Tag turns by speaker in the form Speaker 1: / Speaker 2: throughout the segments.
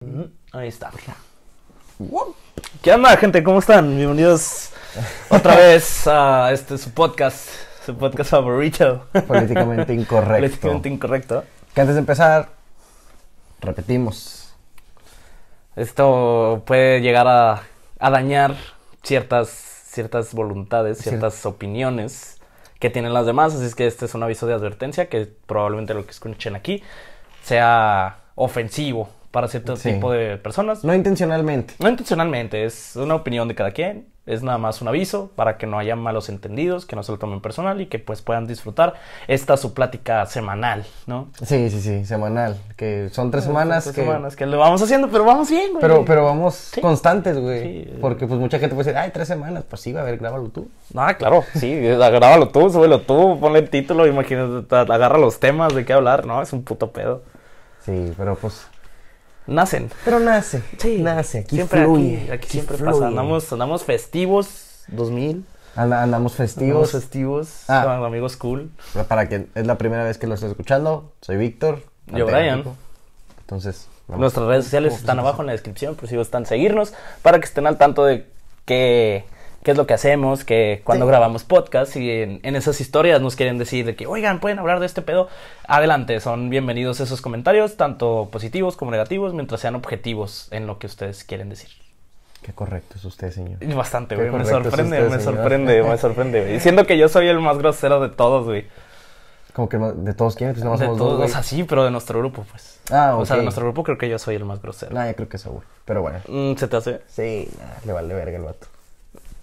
Speaker 1: Mm, Ahí está. ¿Qué onda, gente? ¿Cómo están? Bienvenidos otra vez a este su podcast, su podcast favorito.
Speaker 2: Políticamente incorrecto.
Speaker 1: Políticamente incorrecto.
Speaker 2: Que antes de empezar, repetimos.
Speaker 1: Esto puede llegar a, a dañar ciertas, ciertas voluntades, ciertas opiniones que tienen las demás. Así es que este es un aviso de advertencia que probablemente lo que escuchen aquí sea ofensivo para cierto
Speaker 2: Sí.
Speaker 1: tipo de personas.
Speaker 2: No intencionalmente.
Speaker 1: No intencionalmente, es una opinión de cada quien, es nada más un aviso para que no haya malos entendidos, que no se lo tomen personal y que pues puedan disfrutar esta su plática semanal, ¿no?
Speaker 2: Sí, sí, sí, semanal. Que son tres semanas.
Speaker 1: Estas
Speaker 2: que...
Speaker 1: Ah, semanas que lo vamos haciendo, pero vamos bien, güey.
Speaker 2: Pero, pero vamos
Speaker 1: Sí.
Speaker 2: constantes, güey.
Speaker 1: Sí.
Speaker 2: Porque pues mucha gente puede decir, ay, tres semanas. Pues sí, va a ver, grábalo tú.
Speaker 1: Ah, claro, sí, grábalo tú, súbelo tú, ponle el título, imagínate, ta- agarra los temas de qué hablar, ¿no? Es un puto pedo.
Speaker 2: Sí, pero pues...
Speaker 1: Nacen.
Speaker 2: Pero nace.
Speaker 1: Sí,
Speaker 2: Nace, aquí
Speaker 1: siempre
Speaker 2: fluye.
Speaker 1: aquí, aquí
Speaker 2: aquí
Speaker 1: siempre
Speaker 2: fluye.
Speaker 1: pasa, andamos, andamos festivos 2000,
Speaker 2: Anda- andamos
Speaker 1: andamos
Speaker 2: festivos.
Speaker 1: festivos
Speaker 2: Ah.
Speaker 1: con amigos cool.
Speaker 2: Para que es la primera vez que lo estoy escuchando, soy Víctor.
Speaker 1: Yo,
Speaker 2: Ante-
Speaker 1: Brian.
Speaker 2: Entonces, vamos.
Speaker 1: Nuestras redes sociales están abajo en la descripción, por si gustan seguirnos, para que estén al tanto de qué, qué es lo que hacemos, que cuando grabamos podcast y en, en esas historias nos quieren decir de que, oigan, pueden hablar de este pedo, adelante, son bienvenidos esos comentarios, tanto positivos como negativos, mientras sean objetivos en lo que ustedes quieren decir.
Speaker 2: Qué correcto es usted, señor.
Speaker 1: Y Bastante,
Speaker 2: Qué
Speaker 1: güey, me
Speaker 2: correcto es
Speaker 1: sorprende,
Speaker 2: usted,
Speaker 1: me
Speaker 2: señor.
Speaker 1: sorprende, me sorprende, güey. Siendo que yo soy el más grosero de todos, güey.
Speaker 2: Como que de todos quiénes, pues no
Speaker 1: De
Speaker 2: somos dos,
Speaker 1: todos,
Speaker 2: güey.
Speaker 1: o sea, sí, pero de nuestro grupo, pues.
Speaker 2: Ah,
Speaker 1: O sea, de
Speaker 2: ok. Ah.
Speaker 1: nuestro grupo creo que yo soy el más grosero.
Speaker 2: Nah, yo creo que seguro. Pero bueno.
Speaker 1: Mm, ¿Se te hace?
Speaker 2: Sí, nah, le vale verga el vato.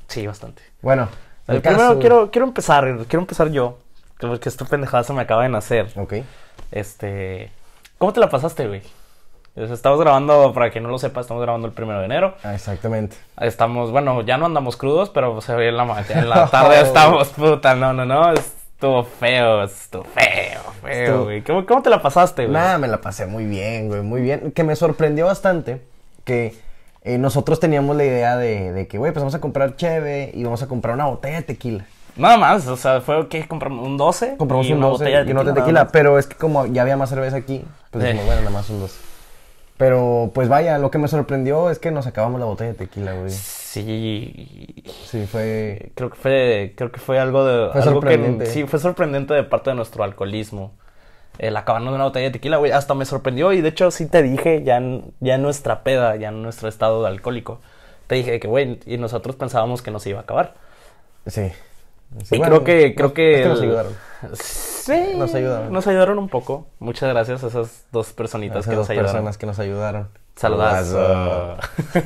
Speaker 1: Sí, bastante.
Speaker 2: Bueno,
Speaker 1: El
Speaker 2: el caso-
Speaker 1: primero quiero, quiero empezar, quiero empezar yo, que- porque esta pendejada se me acaba de nacer.
Speaker 2: Ok.
Speaker 1: Este, ¿cómo te la pasaste, güey? O sea, Estamos grabando, para que no lo sepa, estamos grabando el primero de enero.
Speaker 2: Ah, exactamente.
Speaker 1: Estamos, bueno, ya no andamos crudos, pero pues, hoy en la, ma- en la tarde estamos, puta, no, no, no, estuvo feo, estuvo feo, feo,
Speaker 2: Estuvo-
Speaker 1: güey. ¿Cómo, cómo te la pasaste, güey?
Speaker 2: Nada, me la pasé muy bien, güey, muy bien. Que me sorprendió bastante que eh, nosotros teníamos la idea de, de que, güey, pues vamos a comprar cheve y vamos a comprar una botella de tequila.
Speaker 1: Nada más, o sea, fue que compramos un 12.
Speaker 2: Compramos
Speaker 1: y
Speaker 2: un
Speaker 1: una
Speaker 2: 12
Speaker 1: botella de
Speaker 2: y una botella de
Speaker 1: nada
Speaker 2: tequila,
Speaker 1: más.
Speaker 2: pero es que como ya había más cerveza aquí, pues
Speaker 1: Sí.
Speaker 2: dijimos, bueno, nada más un 12. Pero, pues vaya, lo que me sorprendió es que nos acabamos la botella de tequila, güey.
Speaker 1: Sí,
Speaker 2: Sí, fue...
Speaker 1: Creo que fue, creo que fue algo de.
Speaker 2: Fue
Speaker 1: algo que-
Speaker 2: sorprendente.
Speaker 1: sí, fue sorprendente de parte de nuestro alcoholismo. El acabarnos de una botella de tequila, güey, hasta me sorprendió. Y de hecho, sí te dije, ya en, ya en nuestra peda, ya en nuestro estado de alcohólico, te dije que, güey, y nosotros pensábamos que nos iba a acabar.
Speaker 2: Sí.
Speaker 1: y creo que. Creo que,
Speaker 2: es que nos
Speaker 1: el-
Speaker 2: ayudaron.
Speaker 1: Sí,
Speaker 2: Nos ayudaron.
Speaker 1: Nos ayudaron un poco. Muchas gracias a esas dos personitas
Speaker 2: Esas
Speaker 1: que
Speaker 2: dos
Speaker 1: nos ayudaron.
Speaker 2: personas que nos ayudaron.
Speaker 1: Saludazo.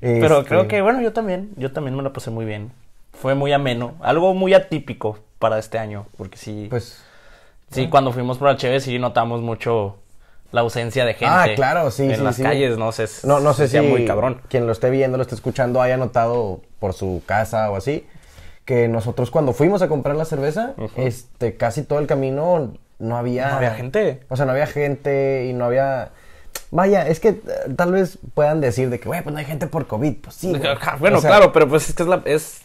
Speaker 2: Este,
Speaker 1: Pero creo que, bueno, yo también, yo también me la pasé muy bien. Fue muy ameno, algo muy atípico para este año, porque sí,
Speaker 2: Pues...
Speaker 1: sí, cuando fuimos por la Chévez sí notamos mucho la ausencia de gente.
Speaker 2: Ah, claro, sí,
Speaker 1: En
Speaker 2: sí,
Speaker 1: las
Speaker 2: sí.
Speaker 1: calles, no sé, se
Speaker 2: No, no sé si
Speaker 1: sentía muy cabrón.
Speaker 2: quien lo esté viendo, lo esté escuchando, haya notado por su casa o así, que nosotros cuando fuimos a comprar la cerveza, este, casi todo el camino no había...
Speaker 1: No había gente.
Speaker 2: O sea, no había gente y no había... Vaya, es que eh, tal vez puedan decir de que, güey, pues no hay gente por COVID. Pues sí. güey.
Speaker 1: Ajá, Bueno,
Speaker 2: O sea,
Speaker 1: claro, pero pues es que es la, es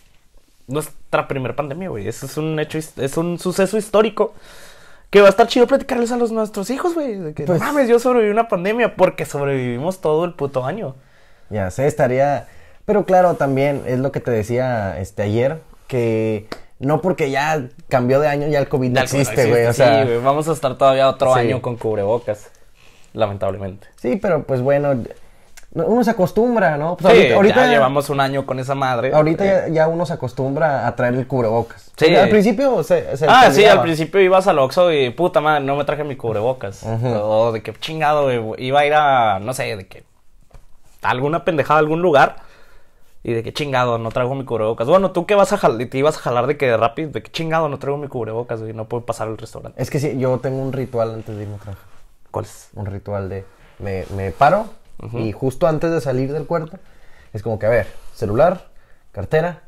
Speaker 1: nuestra primer pandemia, güey. Eso es un hecho, his- es un suceso histórico que va a estar chido platicarles a los nuestros hijos, güey. de que,
Speaker 2: Pues-
Speaker 1: no mames, yo sobreviví una pandemia porque sobrevivimos todo el puto año.
Speaker 2: Ya sé, estaría. Pero claro, también es lo que te decía este ayer, que no porque ya cambió de año, ya el COVID no
Speaker 1: Ya, como
Speaker 2: existe, güey. O
Speaker 1: sí,
Speaker 2: sea,
Speaker 1: güey, vamos a estar todavía otro
Speaker 2: Sí.
Speaker 1: año con cubrebocas, lamentablemente.
Speaker 2: sí, pero pues bueno, no- uno se acostumbra, ¿no? Pues
Speaker 1: Sí, ya llevamos eh, un año con esa madre.
Speaker 2: ahorita ya, ya uno se acostumbra a traer el cubrebocas.
Speaker 1: Sí.
Speaker 2: Al principio se. se
Speaker 1: ah,
Speaker 2: te
Speaker 1: sí, al
Speaker 2: olvidaba.
Speaker 1: principio ibas al Oxxo y puta madre, no me traje mi cubrebocas. O de que chingado, güey, iba a ir a, no sé, de que a alguna pendejada, a algún lugar. Y de que chingado, no traigo mi cubrebocas. Bueno, tú que vas a jalar, te ibas a jalar de que de rápido, de que chingado, no traigo mi cubrebocas, güey, no puedo pasar al restaurante.
Speaker 2: Es que sí, yo tengo un ritual antes de irme a trabajar.
Speaker 1: ¿Cuál es?
Speaker 2: Un ritual de. Me, me paro y justo antes de salir del cuarto, es como que, a ver, celular, cartera,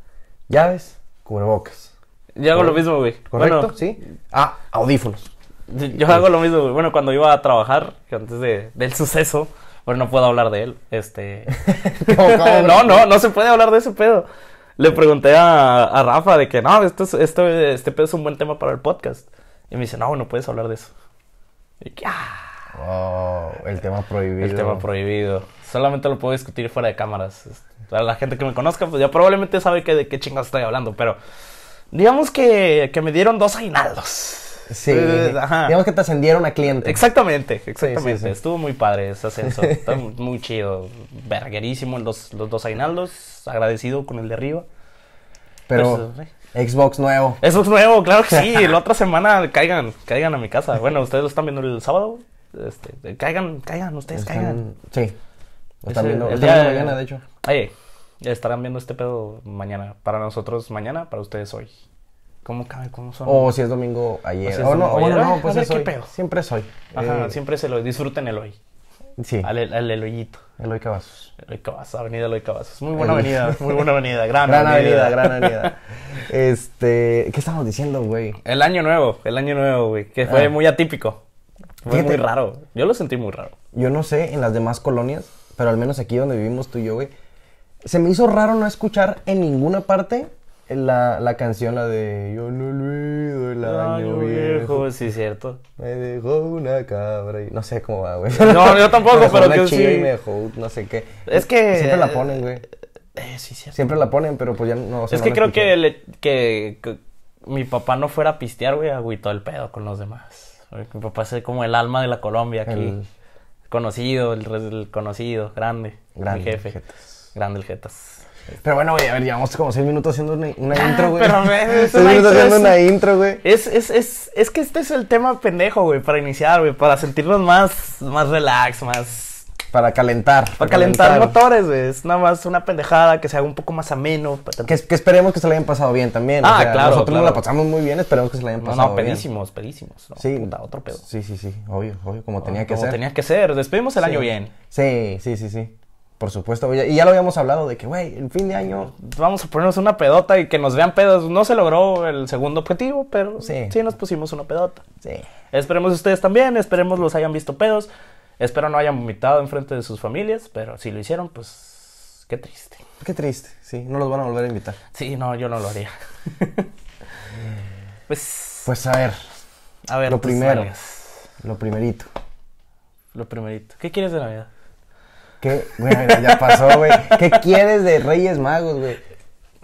Speaker 2: llaves, cubrebocas.
Speaker 1: Yo hago lo mismo, güey.
Speaker 2: ¿Correcto?
Speaker 1: Bueno,
Speaker 2: sí. Ah, audífonos.
Speaker 1: Yo hago lo mismo, güey. Bueno, cuando iba a trabajar, que antes de, del suceso, bueno, no puedo hablar de él. Este.
Speaker 2: ¿Cómo, cómo,
Speaker 1: no, no, no se puede hablar de ese pedo. Le pregunté a, a Rafa de que no, esto es- esto- este pedo es un buen tema para el podcast. Y me dice, no, no puedes hablar de eso. Y que, ah,
Speaker 2: Oh, el tema prohibido.
Speaker 1: El tema prohibido. Solamente lo puedo discutir fuera de cámaras. Para la gente que me conozca, pues ya probablemente sabe que de qué chingados estoy hablando, pero digamos que, que me dieron dos aguinaldos.
Speaker 2: Sí.
Speaker 1: Eh, ajá.
Speaker 2: Digamos que te ascendieron a cliente.
Speaker 1: Exactamente, exactamente.
Speaker 2: sí, sí.
Speaker 1: Estuvo muy padre ese ascenso. Está muy chido. Verguerísimo los, los dos aguinaldos. Agradecido con el de arriba.
Speaker 2: Pero Xbox nuevo.
Speaker 1: Eso es nuevo, claro que sí. La otra semana caigan, caigan a mi casa. Bueno, ustedes lo están viendo el sábado. Este, caigan, caigan, ustedes caigan.
Speaker 2: Están- Sí. Lo están
Speaker 1: Ese-
Speaker 2: viendo, lo
Speaker 1: el
Speaker 2: están viendo
Speaker 1: día-
Speaker 2: mañana, de hecho.
Speaker 1: Oye, ya estarán viendo este pedo mañana. Para nosotros mañana, para ustedes hoy. ¿Cómo cabe? ¿Cómo son?
Speaker 2: O si es domingo
Speaker 1: O
Speaker 2: ayer. O,
Speaker 1: si es
Speaker 2: no,
Speaker 1: domingo
Speaker 2: o bueno,
Speaker 1: ayer.
Speaker 2: no,
Speaker 1: Ay,
Speaker 2: pues
Speaker 1: a ver
Speaker 2: es
Speaker 1: qué
Speaker 2: hoy.
Speaker 1: pedo.
Speaker 2: Siempre es hoy.
Speaker 1: Ajá,
Speaker 2: Eh,
Speaker 1: siempre se lo disfruten el hoy.
Speaker 2: Sí,
Speaker 1: Al, al, al hoyito.
Speaker 2: Eloy Cavazos.
Speaker 1: Eloy Cavazos, avenida Eloy Cavazos. Muy buena
Speaker 2: El-
Speaker 1: avenida, muy buena avenida. Gran,
Speaker 2: Gran
Speaker 1: avenida,
Speaker 2: avenida, gran avenida. Este, ¿qué estamos diciendo, güey?
Speaker 1: El año nuevo, el año nuevo, güey. Que fue
Speaker 2: Ah.
Speaker 1: muy atípico. Fue
Speaker 2: Fíjate.
Speaker 1: muy raro. Yo lo sentí muy raro.
Speaker 2: Yo no sé en las demás colonias, pero al menos aquí donde vivimos tú y yo, güey. Se me hizo raro no escuchar en ninguna parte la, la canción, la de Yo no olvido el año viejo.
Speaker 1: sí, cierto.
Speaker 2: Me dejó una cabra y no sé cómo va, güey.
Speaker 1: No, yo tampoco,
Speaker 2: Me dejó
Speaker 1: pero
Speaker 2: una
Speaker 1: que
Speaker 2: chiva
Speaker 1: sí.
Speaker 2: y me dejó no sé qué.
Speaker 1: Es que-
Speaker 2: Siempre la ponen, güey.
Speaker 1: Eh, sí, cierto.
Speaker 2: Siempre la ponen, pero pues ya no. o sea,
Speaker 1: es
Speaker 2: no
Speaker 1: que
Speaker 2: la
Speaker 1: creo
Speaker 2: escuché.
Speaker 1: que, le- que, que mi papá no fuera a pistear, güey, agüitó el pedo con los demás. Porque Mi papá es como el alma de la Colombia aquí.
Speaker 2: El-
Speaker 1: Conocido, el, re- el conocido, grande.
Speaker 2: Grande,
Speaker 1: Mi jefe.
Speaker 2: el
Speaker 1: Grande el Jetas.
Speaker 2: Pero bueno, güey, a ver, llevamos como 6 minutos haciendo una, una intro, güey.
Speaker 1: Ah, pero, güey, es
Speaker 2: 6
Speaker 1: una intro,
Speaker 2: minutos haciendo
Speaker 1: es-
Speaker 2: una intro, güey.
Speaker 1: Es, es, es, es que este es el tema pendejo, güey, para iniciar, güey, para sentirnos más, más relax, más...
Speaker 2: Para calentar.
Speaker 1: Para calentar motores, güey. Es nada más una pendejada que se haga un poco más ameno. pues, pa-
Speaker 2: Que, que esperemos que se la hayan pasado bien también.
Speaker 1: Ah, claro,
Speaker 2: Nosotros
Speaker 1: claro.
Speaker 2: nos la pasamos muy bien, esperemos que se la hayan
Speaker 1: No,
Speaker 2: pasado
Speaker 1: no,
Speaker 2: bien.
Speaker 1: pedísimos, pedísimos. No,
Speaker 2: Sí.
Speaker 1: puta, otro pedo.
Speaker 2: Sí, sí, sí, obvio, obvio, como tenía que
Speaker 1: Como
Speaker 2: ser.
Speaker 1: tenía que ser. Despedimos el año
Speaker 2: Sí.
Speaker 1: bien.
Speaker 2: Sí, sí, sí, sí. Por supuesto, güey. Y ya lo habíamos hablado de que, güey, el fin de año.
Speaker 1: Vamos a ponernos una pedota y que nos vean pedos. No se logró el segundo objetivo, pero sí,
Speaker 2: Sí.
Speaker 1: nos pusimos una pedota.
Speaker 2: Sí.
Speaker 1: Esperemos ustedes también, esperemos los hayan visto pedos. Espero no hayan vomitado enfrente de sus familias, pero si lo hicieron, pues qué triste.
Speaker 2: Qué triste, sí. No los van a volver a invitar.
Speaker 1: Sí, no, yo no lo haría. pues,
Speaker 2: Pues a ver,
Speaker 1: a ver.
Speaker 2: lo
Speaker 1: tus
Speaker 2: primero.
Speaker 1: nalgas.
Speaker 2: lo primerito.
Speaker 1: Lo primerito. ¿Qué quieres de Navidad?
Speaker 2: ¿Qué? Bueno, ya pasó, güey. ¿Qué quieres de Reyes Magos, güey?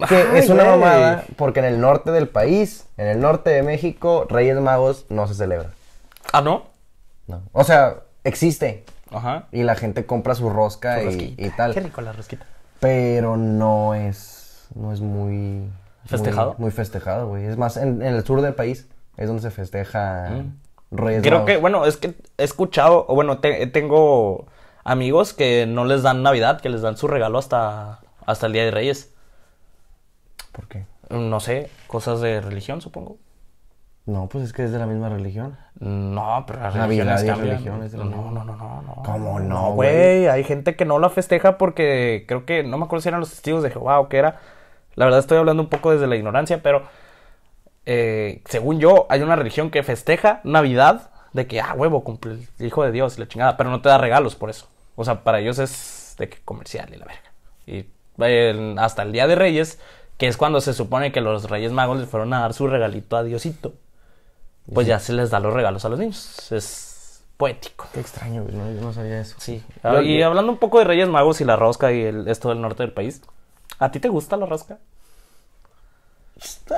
Speaker 2: Que
Speaker 1: Ay,
Speaker 2: es una
Speaker 1: güey.
Speaker 2: mamada porque en el norte del país, en el norte de México, Reyes Magos no se celebra.
Speaker 1: Ah, ¿no?
Speaker 2: No. O sea, existe.
Speaker 1: Ajá.
Speaker 2: Y la gente compra su rosca y,
Speaker 1: Rosquita.
Speaker 2: y
Speaker 1: Qué
Speaker 2: tal.
Speaker 1: rico la rosquita.
Speaker 2: Pero no es, no es muy...
Speaker 1: ¿Festejado?
Speaker 2: Muy, muy festejado, güey. Es más, en, en el sur del país es donde se festeja Reyes
Speaker 1: Mm. Creo
Speaker 2: Magos.
Speaker 1: que, bueno, es que he escuchado, o bueno, te- tengo amigos que no les dan Navidad, que les dan su regalo hasta, hasta el Día de Reyes.
Speaker 2: ¿Por qué?
Speaker 1: No sé, cosas de religión, supongo.
Speaker 2: No, pues es que es de la misma religión.
Speaker 1: No, pero las
Speaker 2: Navidad
Speaker 1: religiones
Speaker 2: y
Speaker 1: cambian.
Speaker 2: religión es de lo
Speaker 1: no, no, no, no, no.
Speaker 2: ¿Cómo no,
Speaker 1: güey? Hay gente que no la festeja porque creo que, no me acuerdo si eran los testigos de Jehová o qué era. La verdad estoy hablando un poco desde la ignorancia, pero eh, según yo, hay una religión que festeja Navidad de que, ah, huevo, cumple el hijo de Dios y la chingada, pero no te da regalos por eso. O sea, para ellos es de que comercial y la verga. Y eh, hasta el Día de Reyes, que es cuando se supone que los Reyes Magos les fueron a dar su regalito a Diosito pues ya se les da los regalos a los niños. Es poético.
Speaker 2: Qué extraño, güey. No, yo no sabía eso.
Speaker 1: Sí. Ah,
Speaker 2: Yo-
Speaker 1: Y hablando un poco de Reyes Magos y la rosca y el, esto del norte del país, ¿a ti te gusta la rosca?
Speaker 2: Eh,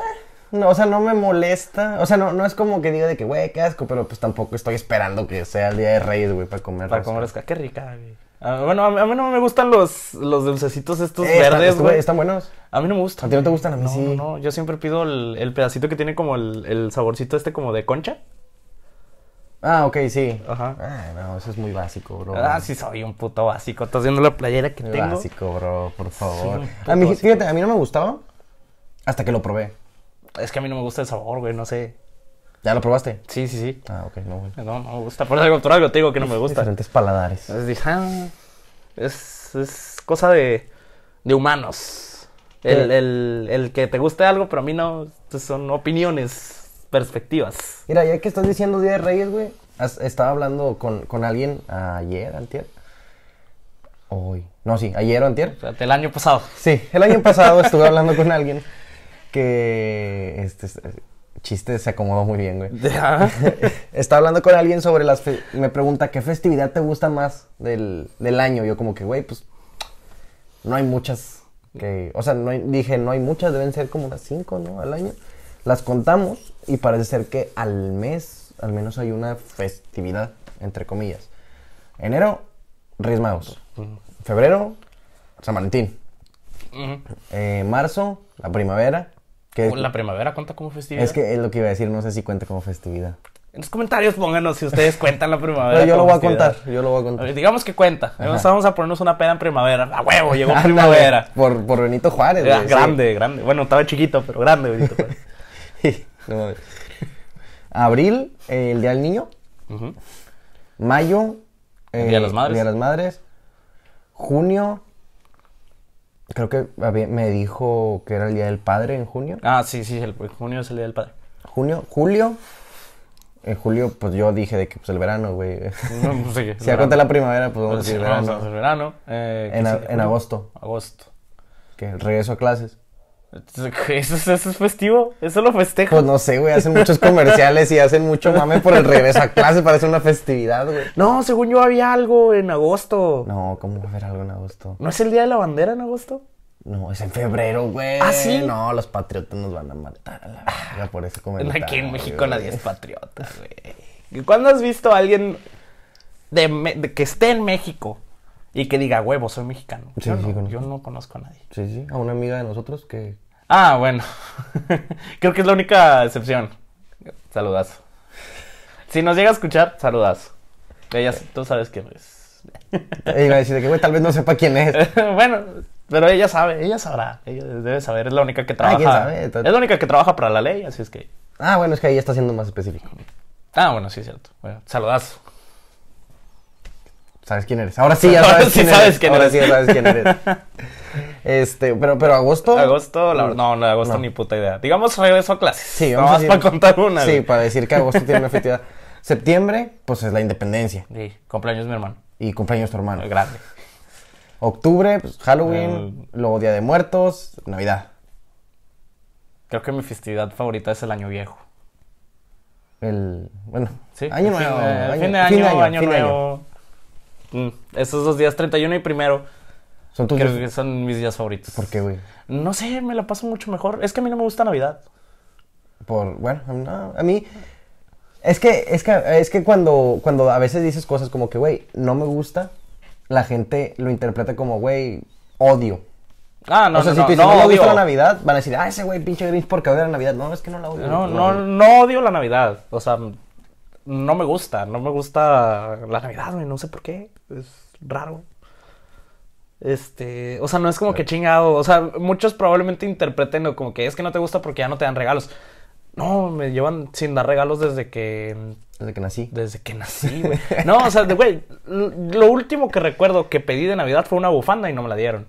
Speaker 2: No, o sea, no me molesta. O sea, no, no es como que diga de que, güey, qué asco, pero pues tampoco estoy esperando que sea el día de Reyes, güey, para comer.
Speaker 1: Para
Speaker 2: rosca.
Speaker 1: comer rosca, qué rica, güey. Ah, bueno, a mí, a mí no me gustan los, los dulcecitos estos
Speaker 2: Eh, están-
Speaker 1: verdes,
Speaker 2: están-
Speaker 1: güey.
Speaker 2: Están buenos.
Speaker 1: A mí no me gustan.
Speaker 2: ¿A ti no te gustan? A mí
Speaker 1: no,
Speaker 2: sí.
Speaker 1: No, no, yo siempre pido el, el pedacito que tiene como el, el saborcito este como de concha.
Speaker 2: Ah, ok, sí.
Speaker 1: Ajá.
Speaker 2: Ah, no, eso es muy básico, bro.
Speaker 1: Ah, sí soy un puto básico. Estás viendo la playera que
Speaker 2: Muy
Speaker 1: tengo.
Speaker 2: básico, bro, por favor.
Speaker 1: un puto
Speaker 2: a mí,
Speaker 1: básico.
Speaker 2: fíjate, a mí no me gustaba hasta que lo probé.
Speaker 1: Es que a mí no me gusta el sabor, güey, no sé.
Speaker 2: ¿Ya lo probaste?
Speaker 1: Sí, sí, sí.
Speaker 2: Ah, ok, no, güey.
Speaker 1: No, no me gusta. Por algo, por algo te digo que no me gusta.
Speaker 2: Diferentes paladares.
Speaker 1: Entonces dije, "Ah, es, es cosa de, de humanos. El,
Speaker 2: Sí.
Speaker 1: el- el que te guste algo, pero a mí no. pues Son opiniones, perspectivas.
Speaker 2: Mira, ya que estás diciendo Día de Reyes, güey, has- estaba hablando con, con alguien ayer, antier. Hoy. No, sí, ayer o antier.
Speaker 1: O sea, del año pasado.
Speaker 2: Sí, el año pasado estuve hablando con alguien que este, chiste se acomodó muy bien, güey. Estaba hablando con alguien sobre las... fe- y me pregunta, ¿qué festividad te gusta más del, del año? Yo como que, güey, pues no hay muchas. Que, o sea, no hay- dije, no hay muchas, deben ser como unas cinco, ¿no? Al año. Las contamos y parece ser que al mes, al menos hay una festividad, entre comillas. Enero, Reyes Magos. Febrero, San Valentín. Eh, marzo, la primavera. Que es-
Speaker 1: La primavera cuenta como festividad.
Speaker 2: Eh, es que es lo que iba a decir, no sé si cuenta como festividad.
Speaker 1: En los comentarios pónganos si ustedes cuentan la primavera.
Speaker 2: Pero yo lo
Speaker 1: como
Speaker 2: voy a
Speaker 1: festividad.
Speaker 2: contar, yo lo voy a contar.
Speaker 1: A ver, Digamos que cuenta. Nos vamos a ponernos una peda en primavera. A huevo, llegó
Speaker 2: Ándale,
Speaker 1: primavera.
Speaker 2: Por, por Benito Juárez.
Speaker 1: Era
Speaker 2: güey, sí.
Speaker 1: grande, grande. Bueno, estaba chiquito, pero grande, Benito. pues.
Speaker 2: No mames. Abril, eh, el Día del Niño.
Speaker 1: Ujú.
Speaker 2: Mayo, eh,
Speaker 1: Día de las Madres.
Speaker 2: Día de las Madres. Junio, creo que había- me dijo que era el Día del Padre en junio.
Speaker 1: Ah, sí, sí, el, el junio es el día del padre.
Speaker 2: Junio, julio. En julio, pues yo dije de que pues el verano, güey.
Speaker 1: No, no sé qué.
Speaker 2: si ya conté la primavera, pues vamos a
Speaker 1: Pues sí,
Speaker 2: decir
Speaker 1: vamos a
Speaker 2: verano.
Speaker 1: hacer verano. Eh, ¿qué
Speaker 2: En, a-
Speaker 1: sigue?
Speaker 2: en agosto,
Speaker 1: Agosto.
Speaker 2: que el regreso a clases.
Speaker 1: Entonces, ¿qué? ¿Eso, es- eso es festivo? ¿Eso lo festejo?
Speaker 2: Pues no sé, güey, hacen muchos comerciales y hacen mucho mame por el regreso a clases, parece una festividad, güey.
Speaker 1: No, según yo había algo en agosto. No.
Speaker 2: No, ¿cómo va a haber algo en agosto?
Speaker 1: es el día de la bandera en agosto?
Speaker 2: No, es en febrero, güey.
Speaker 1: ¿Ah, sí?
Speaker 2: No, los patriotas nos van a matar a la verga por ese comentario.
Speaker 1: Aquí en México
Speaker 2: güey.
Speaker 1: nadie es patriota, güey. ¿Y ¿Cuándo has visto a alguien de, Me- de que esté en México y que diga, huevo, soy mexicano?
Speaker 2: Sí,
Speaker 1: yo,
Speaker 2: sí,
Speaker 1: no,
Speaker 2: conozco.
Speaker 1: yo no conozco a nadie.
Speaker 2: Sí, sí, a una amiga de nosotros que...
Speaker 1: Ah, bueno. Creo que es la única excepción. Saludazo. Si nos llega a escuchar, saludazo. Ella, tú sabes quién es.
Speaker 2: Ella eh, iba a decir de que, güey, tal vez no sepa quién es.
Speaker 1: bueno, pero ella sabe, ella sabrá, ella debe saber, es la única que
Speaker 2: Ah,
Speaker 1: trabaja.
Speaker 2: ¿quién sabe?
Speaker 1: Es la única que trabaja para la ley, así es que.
Speaker 2: Ah, bueno, es que ahí ya está siendo más específico.
Speaker 1: Ah, bueno, sí es cierto. Bueno, saludazo.
Speaker 2: ¿Sabes quién eres? Ahora sí, ya
Speaker 1: Ahora
Speaker 2: sabes
Speaker 1: sí
Speaker 2: quién
Speaker 1: sabes
Speaker 2: eres.
Speaker 1: quién
Speaker 2: Ahora
Speaker 1: eres.
Speaker 2: sí ya sabes quién eres. Este, pero, pero agosto...
Speaker 1: Agosto, la- no, no, agosto
Speaker 2: No.
Speaker 1: ni puta idea. Digamos regreso a clases.
Speaker 2: Sí,
Speaker 1: vamos
Speaker 2: vamos a decir-
Speaker 1: para contar una.
Speaker 2: Sí,
Speaker 1: güey.
Speaker 2: para decir que agosto tiene una festividad. Septiembre, pues es la independencia.
Speaker 1: Sí, cumpleaños de mi hermano.
Speaker 2: Y cumpleaños de tu hermano.
Speaker 1: Grande.
Speaker 2: Octubre, pues Halloween, luego Día de Muertos, Navidad.
Speaker 1: Creo que mi festividad favorita es el año viejo.
Speaker 2: El, bueno,
Speaker 1: Sí,
Speaker 2: año
Speaker 1: fin-
Speaker 2: nuevo.
Speaker 1: eh,
Speaker 2: año-
Speaker 1: fin de año, año, nuevo. Mm, esos dos días, 31 y primero,
Speaker 2: Son tus...
Speaker 1: creo que son mis días favoritos.
Speaker 2: ¿Por qué, güey?
Speaker 1: No sé, me la paso mucho mejor. Es que a mí no me gusta Navidad.
Speaker 2: Por, bueno, no, a mí... Es que, es que, es que cuando, cuando a veces dices cosas como que, güey, no me gusta, la gente lo interpreta como, güey, odio.
Speaker 1: Ah, no,
Speaker 2: o sea,
Speaker 1: no,
Speaker 2: si
Speaker 1: no,
Speaker 2: tú dices,
Speaker 1: no
Speaker 2: no, me
Speaker 1: odio.
Speaker 2: gusta la Navidad, van a decir, ah, ese güey pinche Grinch porque odia la Navidad. No, es que no la odio.
Speaker 1: No, no, no odio la Navidad. O sea, no me gusta. No me gusta la Navidad, güey. No sé por qué. Es raro. Este, o sea, no es como que chingado. O sea, muchos probablemente interpreten lo como que es que no te gusta porque ya no te dan regalos. No, me llevan sin dar regalos desde que
Speaker 2: Desde que nací.
Speaker 1: Desde que nací, güey. No, o sea, de- güey, l- lo último que recuerdo que pedí de Navidad fue una bufanda y no me la dieron.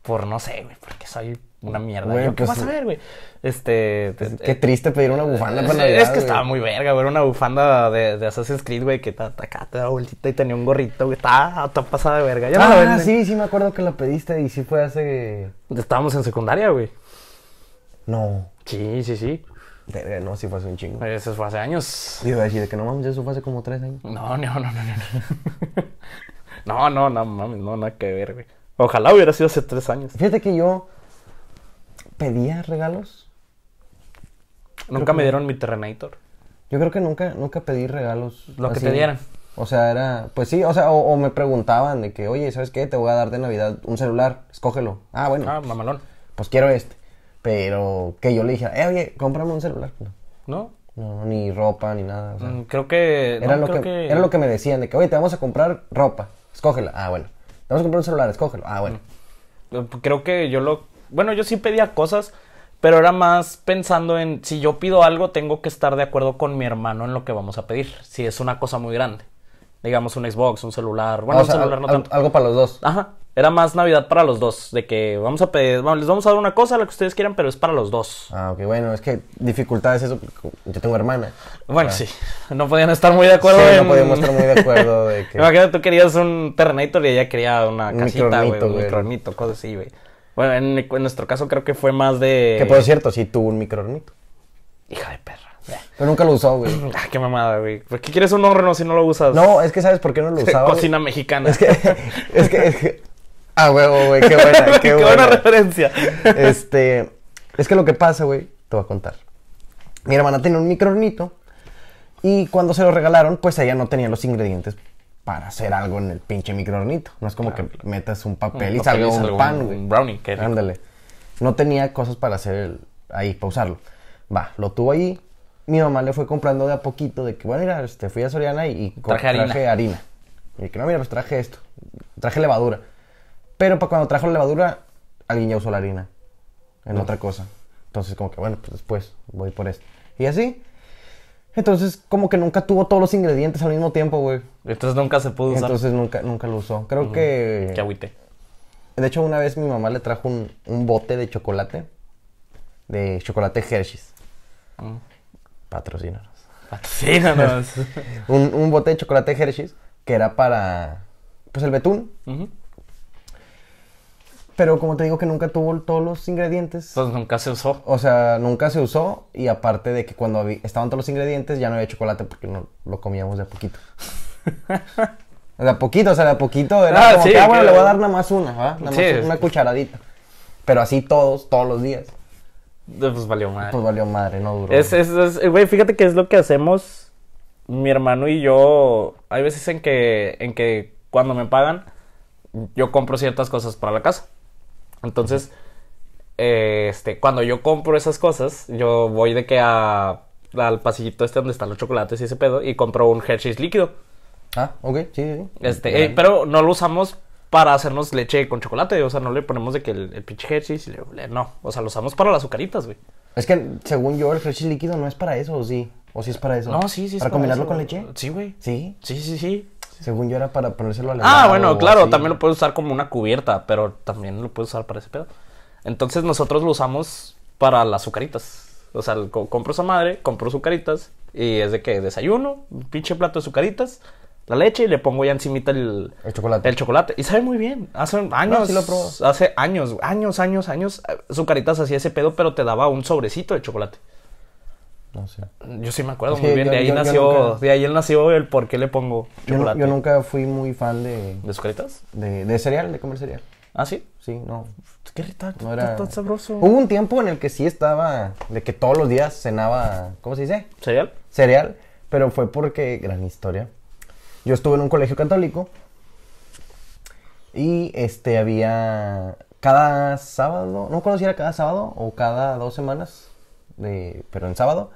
Speaker 1: Por no sé, güey, porque soy una mierda.
Speaker 2: Güey,
Speaker 1: Yo, ¿Qué
Speaker 2: pues,
Speaker 1: vas a ver, güey? Este. te-
Speaker 2: Qué triste pedir una bufanda para
Speaker 1: Eh, es,
Speaker 2: Navidad.
Speaker 1: es que
Speaker 2: güey.
Speaker 1: estaba muy verga, güey. Era una bufanda de, de Assassin's Creed, güey, que ta- ta- acá te da vueltita y tenía un gorrito, güey. Estaba estaba pasada de verga. Ya no la
Speaker 2: Ah,
Speaker 1: venden.
Speaker 2: sí, sí me acuerdo que la pediste y sí fue hace...
Speaker 1: Estábamos en secundaria, güey.
Speaker 2: No.
Speaker 1: Sí, sí, sí.
Speaker 2: Verga, no, sí fue hace un chingo.
Speaker 1: Eso fue hace años.
Speaker 2: Yo iba a decir de que no mames, eso fue hace como tres años.
Speaker 1: No, no, no, no, no. no. No, no, no, mames, no, nada que ver, güey. Ojalá hubiera sido hace tres años.
Speaker 2: Fíjate que yo pedía regalos.
Speaker 1: Nunca me dieron mi Terrenator.
Speaker 2: Yo creo que nunca, nunca pedí regalos.
Speaker 1: Lo que te dieran.
Speaker 2: O sea, era... Pues sí, o sea, o, o me preguntaban de que, oye, ¿sabes qué? Te voy a dar de Navidad un celular, escógelo. Ah, bueno,
Speaker 1: Ah, mamalón.
Speaker 2: pues quiero este. Pero que yo le dijera, eh, oye, cómprame un celular. No,
Speaker 1: ¿No?
Speaker 2: no, ni ropa, ni nada. O sea,
Speaker 1: Mm, Creo que. no,
Speaker 2: Era, lo
Speaker 1: creo
Speaker 2: que, era lo que me decían, de que, oye, te vamos a comprar ropa, escógela. Ah, bueno. Te vamos a comprar un celular, escógelo. Ah, bueno.
Speaker 1: Mm. Eh, pues, Creo que yo lo. Bueno, yo sí pedía cosas, pero era más pensando en si yo pido algo, tengo que estar de acuerdo con mi hermano en lo que vamos a pedir. Si es una cosa muy grande. Digamos un Xbox, un celular. Bueno,
Speaker 2: Ah, o sea,
Speaker 1: un celular no
Speaker 2: al-
Speaker 1: tanto.
Speaker 2: Algo para los dos.
Speaker 1: Ajá. Era más Navidad para los dos. De que vamos a pedir. vamos, les vamos a dar una cosa, la que ustedes quieran, pero es para los dos.
Speaker 2: Ah, ok, bueno, es que dificultades eso, porque yo tengo hermana.
Speaker 1: Bueno, sí. No podían estar muy de acuerdo
Speaker 2: Sí,
Speaker 1: en.
Speaker 2: no podíamos estar muy de acuerdo de que...
Speaker 1: Imagínate, tú querías un Terrenator y ella quería una
Speaker 2: Un
Speaker 1: casita, güey,
Speaker 2: micronito,
Speaker 1: un
Speaker 2: güey.
Speaker 1: micronito, cosas así, güey. Bueno, en, en nuestro caso creo que fue más de...
Speaker 2: Que por cierto, sí tuvo un microornito.
Speaker 1: Hija de perra.
Speaker 2: Pero nunca lo usó, güey.
Speaker 1: Ah, qué mamada, güey. ¿Por qué quieres un horno si no lo usas?
Speaker 2: No, es que ¿sabes por qué no lo usaba? güey?
Speaker 1: Cocina mexicana.
Speaker 2: Es que, es que, es que- Ah, huevo, güey, qué buena, qué, buena.
Speaker 1: referencia.
Speaker 2: Este, es que lo que pasa, güey, te voy a contar. Mi hermana tenía un microornito y cuando se lo regalaron, pues ella no tenía los ingredientes para hacer algo en el pinche microornito. No es como que metas un papel y
Speaker 1: Un papel
Speaker 2: salga
Speaker 1: y
Speaker 2: un
Speaker 1: salga un-
Speaker 2: pan, güey.
Speaker 1: un brownie, qué rico.
Speaker 2: Ándale. No tenía cosas para hacer el- ahí, para usarlo. Va, lo tuvo ahí. Mi mamá le fue comprando de a poquito de que, bueno, mira, este, fui a Soriana y, y co-
Speaker 1: Traje harina.
Speaker 2: harina. Y de que, no, mira, pues traje esto. Traje levadura. Pero para cuando trajo la levadura, alguien ya usó la harina en otra cosa. Entonces, como que, bueno, pues después voy por esto. Y así. Entonces, como que nunca tuvo todos los ingredientes al mismo tiempo, güey.
Speaker 1: Entonces nunca se pudo usar.
Speaker 2: Entonces eh, nunca, nunca lo usó. Creo que...
Speaker 1: Qué agüite.
Speaker 2: De hecho, una vez mi mamá le trajo un, un bote de chocolate. De chocolate Hershey's. Patrocínanos.
Speaker 1: Mm. Patrocínanos.
Speaker 2: Un, un bote de chocolate Hershey's que era para... Pues el betún.
Speaker 1: Ujú.
Speaker 2: Pero como te digo que nunca tuvo todos los ingredientes.
Speaker 1: Entonces nunca se usó.
Speaker 2: O sea, nunca se usó y aparte de que cuando habí- estaban todos los ingredientes ya no había chocolate porque no lo comíamos de a poquito. De a poquito, o sea, de a poquito era
Speaker 1: Ah,
Speaker 2: como
Speaker 1: sí,
Speaker 2: que, ah, bueno,
Speaker 1: que-
Speaker 2: le voy a dar nada más una, ¿verdad? Nada más
Speaker 1: Sí.
Speaker 2: una cucharadita. Pero así todos, todos los días.
Speaker 1: Eh, Pues valió mal.
Speaker 2: Pues valió madre, no duró.
Speaker 1: Es, es, es- eh, güey, fíjate que es lo que hacemos mi hermano y yo. Hay veces en que, en que cuando me pagan, yo compro ciertas cosas para la casa. Entonces, eh, este, cuando yo compro esas cosas, yo voy de que a, al pasillito este donde están los chocolates y ese pedo y compro un Hershey's líquido.
Speaker 2: Ah, ok, sí, sí, sí.
Speaker 1: Este, eh, pero no lo usamos para hacernos leche con chocolate, o sea, no le ponemos de que el, el pinche Hershey's, y le- le- no, o sea, lo usamos para las azucaritas, güey.
Speaker 2: Es que según yo el Hershey líquido no es para eso, ¿o sí? ¿O sí es para eso?
Speaker 1: No, sí, sí. es
Speaker 2: ¿Para,
Speaker 1: para
Speaker 2: combinarlo
Speaker 1: eso.
Speaker 2: con leche?
Speaker 1: Sí, güey.
Speaker 2: Sí.
Speaker 1: Sí, sí, sí.
Speaker 2: Según yo era para ponérselo al
Speaker 1: Ah,
Speaker 2: helado
Speaker 1: bueno,
Speaker 2: o
Speaker 1: claro,
Speaker 2: así.
Speaker 1: también lo puedes usar como una cubierta, pero también lo puedes usar para ese pedo. Entonces nosotros lo usamos para las azucaritas. O sea, el co- compro esa madre, compro azucaritas y es de que desayuno, un pinche plato de azucaritas, la leche y le pongo ya encimita el,
Speaker 2: El chocolate.
Speaker 1: el chocolate. Y sabe muy bien. Hace años,
Speaker 2: No, sí lo he probado.
Speaker 1: hace años, años, años, años, azucaritas hacía ese pedo, pero te daba un sobrecito de chocolate.
Speaker 2: No sé.
Speaker 1: Yo sí me acuerdo
Speaker 2: Sí,
Speaker 1: muy bien,
Speaker 2: yo-
Speaker 1: de ahí
Speaker 2: yo- yo
Speaker 1: nació,
Speaker 2: nunca-
Speaker 1: de ahí él nació el por qué le pongo
Speaker 2: Yo, no-
Speaker 1: chocolate.
Speaker 2: yo nunca fui muy fan de,
Speaker 1: ¿De azucaritas?
Speaker 2: de, de cereal, de comer cereal.
Speaker 1: ¿Ah, sí?
Speaker 2: Sí, no.
Speaker 1: Qué rico,
Speaker 2: No era... Uh.
Speaker 1: tan sabroso.
Speaker 2: Hubo un tiempo en el que sí estaba, de que todos los días cenaba, ¿cómo se dice?
Speaker 1: ¿Cereal?
Speaker 2: Cereal, pero fue porque, gran historia, yo estuve en un colegio católico y este había cada sábado, no recuerdo si era cada sábado o cada dos semanas, de, pero en sábado,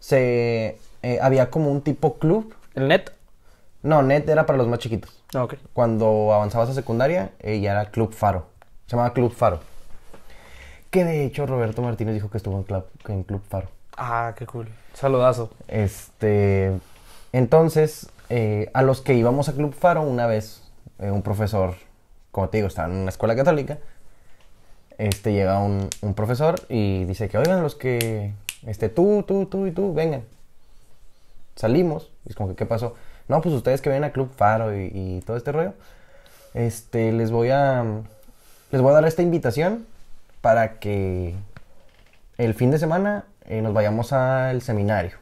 Speaker 2: se eh, había como un tipo club.
Speaker 1: ¿El net?
Speaker 2: No, net era para los más chiquitos.
Speaker 1: No, ok.
Speaker 2: cuando avanzabas a secundaria, eh, ya era Club Faro. Se llamaba Club Faro. Que de hecho Roberto Martínez dijo que estuvo en Club, en Club Faro.
Speaker 1: Ah, qué cool. Saludazo.
Speaker 2: Este, entonces, eh, a los que íbamos a Club Faro una vez, eh, un profesor, como te digo, estaba en una escuela católica, este, llega un, un profesor y dice que, oigan, los que, este, tú, tú, tú y tú, vengan. Salimos, y es como que, ¿qué pasó? No, pues ustedes que vienen a Club Faro y, y todo este rollo, este, les voy a, les voy a dar esta invitación para que el fin de semana eh, nos vayamos al seminario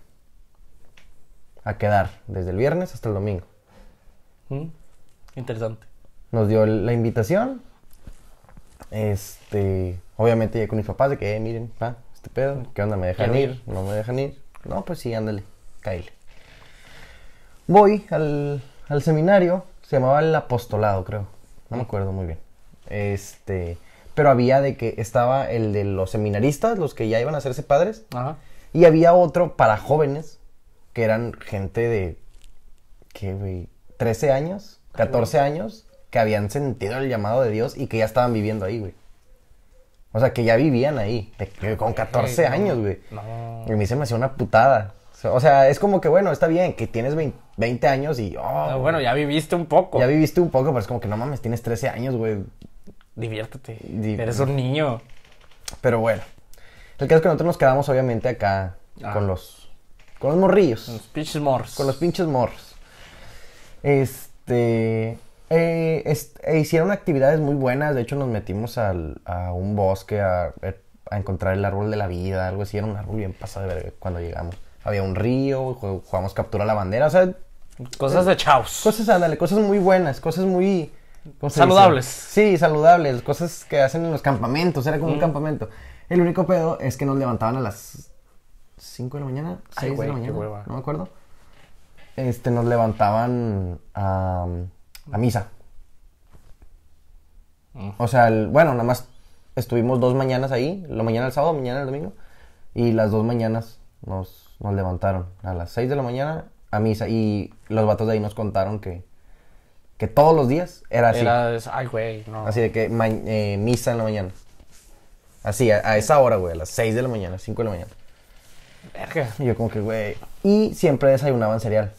Speaker 2: a quedar desde el viernes hasta el domingo.
Speaker 1: Mm, Interesante.
Speaker 2: Nos dio el- la invitación. Este, obviamente ya con mis papás de que, eh, miren, pa, este pedo, ¿qué onda? ¿Me dejan
Speaker 1: Quiero
Speaker 2: ir? ¿No me dejan ir? No, pues sí, ándale, cáile. Voy al, al seminario, se llamaba el apostolado, creo. No me acuerdo muy bien. Este, pero había de que estaba el de los seminaristas, los que ya iban a hacerse padres,
Speaker 1: Ajá.
Speaker 2: y había otro para jóvenes, que eran gente de, ¿qué, güey? 13 años,
Speaker 1: Ah,
Speaker 2: 14 años, que habían sentido el llamado de Dios y que ya estaban viviendo ahí, güey. O sea, que ya vivían ahí, de que con 14 años, güey.
Speaker 1: No.
Speaker 2: Y a mí se me hacía una putada. O sea, es como que, bueno, está bien, que tienes 20, 20 años y, oh,
Speaker 1: Ah, bueno, ya viviste un poco.
Speaker 2: ya viviste un poco, pero es como que, no mames, tienes 13 años, güey.
Speaker 1: Diviértete.
Speaker 2: Di-
Speaker 1: Eres un niño.
Speaker 2: Pero bueno, el caso es que nosotros nos quedamos, obviamente, acá
Speaker 1: Ah.
Speaker 2: con los, con los morrillos.
Speaker 1: Los pinches mors.
Speaker 2: Con los pinches morros. Este. eh, est- e hicieron actividades muy buenas. De hecho, nos metimos al- a un bosque a, a encontrar el árbol de la vida, algo así. Era un árbol bien pasado de verga cuando llegamos. Había un río, jug- jugamos captura la bandera, o sea,
Speaker 1: Cosas de chaos.
Speaker 2: cosas, ándale, cosas muy buenas, cosas muy... ¿cómo se dice?
Speaker 1: Saludables.
Speaker 2: Sí, saludables, cosas que hacen en los campamentos, era
Speaker 1: Mm.
Speaker 2: como un campamento. El único pedo es que nos levantaban a las 5 de la mañana, 6 de
Speaker 1: güey,
Speaker 2: la
Speaker 1: qué
Speaker 2: mañana,
Speaker 1: hueva.
Speaker 2: no me acuerdo. Este, nos levantaban a, a misa. O sea, el- bueno, nada más estuvimos dos mañanas ahí, la mañana el sábado, mañana el domingo, y las dos mañanas nos, nos levantaron a las 6 de la mañana a misa, y los vatos de ahí nos contaron que, que todos los días era así,
Speaker 1: Era, es- ay, güey, no.
Speaker 2: así de que ma- eh, misa en la mañana. Así, a, a esa hora, güey, a las 6 de la mañana, 5 de la mañana.
Speaker 1: Verga.
Speaker 2: Y yo como que, güey, y siempre desayunaban cereal.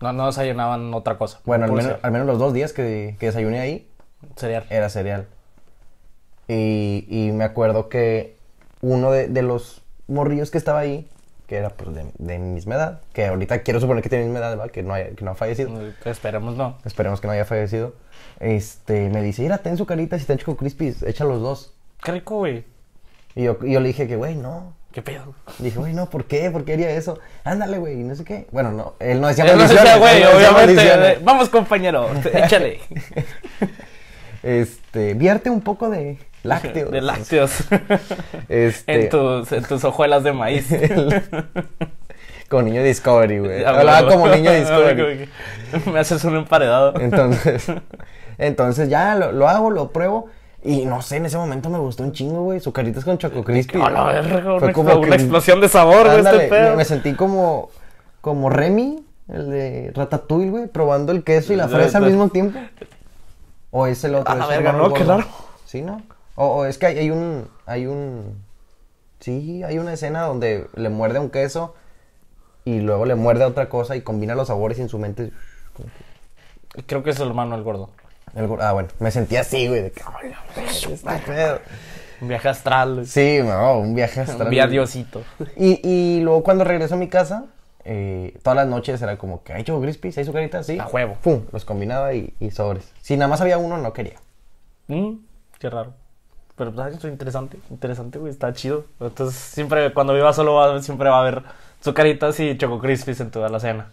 Speaker 1: No, no desayunaban otra cosa.
Speaker 2: Bueno, al
Speaker 1: Puro
Speaker 2: menos, al menos los dos días que, que desayuné ahí,
Speaker 1: cereal. Cereal.
Speaker 2: era cereal. Y, y me acuerdo que uno de, de los morrillos que estaba ahí, que era pues de, de mi misma edad, que ahorita quiero suponer que tiene mi misma edad, ¿verdad? que no, haya- que no ha fallecido,
Speaker 1: Mm. Esperemos no.
Speaker 2: esperemos que no haya fallecido, este, me dice, mira, ten su carita, si está Chico Crispis, echa los dos.
Speaker 1: Qué rico, güey.
Speaker 2: Y yo, y yo le dije que, güey, no.
Speaker 1: Qué pedo.
Speaker 2: Y dije, güey, no, ¿por qué? ¿Por qué haría eso? Ándale, güey, y no sé qué. Bueno, no, él no decía
Speaker 1: Él no
Speaker 2: maldiciones,
Speaker 1: decía, güey,
Speaker 2: él no decía
Speaker 1: obviamente.
Speaker 2: maldiciones.
Speaker 1: eh, Vamos, compañero. Échale.
Speaker 2: Este, vierte un poco de lácteos.
Speaker 1: eh, De lácteos.
Speaker 2: Este,
Speaker 1: En tus, en tus hojuelas de maíz.
Speaker 2: Como niño Discovery, güey.
Speaker 1: Ah,
Speaker 2: Hablaba
Speaker 1: huevo.
Speaker 2: como niño
Speaker 1: Ah,
Speaker 2: Discovery.
Speaker 1: güey, güey. Me haces un emparedado.
Speaker 2: Entonces, entonces ya lo, lo hago, lo pruebo. Y no sé, en ese momento me gustó un chingo, güey. Su carita es con Choco Crispy.
Speaker 1: A la verga,
Speaker 2: Fue
Speaker 1: una,
Speaker 2: como
Speaker 1: explo-
Speaker 2: que-
Speaker 1: una explosión de sabor, güey,
Speaker 2: Ándale,
Speaker 1: este pedo.
Speaker 2: me, me sentí como, como Remy, el de Ratatouille, güey, probando el queso y la fresa al mismo tiempo. O es el otro.
Speaker 1: A la
Speaker 2: es el
Speaker 1: verga,
Speaker 2: hermano
Speaker 1: no, qué
Speaker 2: gordo.
Speaker 1: raro.
Speaker 2: Sí, ¿no? O, o es que hay, hay un, hay un, sí, hay una escena donde le muerde un queso y luego le muerde a otra cosa y combina los sabores y en su mente.
Speaker 1: Creo que es el hermano el gordo.
Speaker 2: el gor- ah, bueno, me sentí así, güey, de que, "Ay, la verga, este pedo".
Speaker 1: Un viaje astral. güey.
Speaker 2: Sí, no, un viaje astral.
Speaker 1: Un viaje a Diosito.
Speaker 2: Y, y luego cuando regreso a mi casa, eh, todas las noches era como que, ¿hay Choco Crispies? ¿Hay su carita? Sí.
Speaker 1: A huevo.
Speaker 2: Pum, los combinaba y, y sobres. Si nada más había uno, no quería.
Speaker 1: Mm, qué raro. Pero pues, ay, eso es interesante, interesante, güey, está chido. Entonces, siempre, cuando viva solo, va- siempre va a haber sucaritas y choco crispies en toda la cena.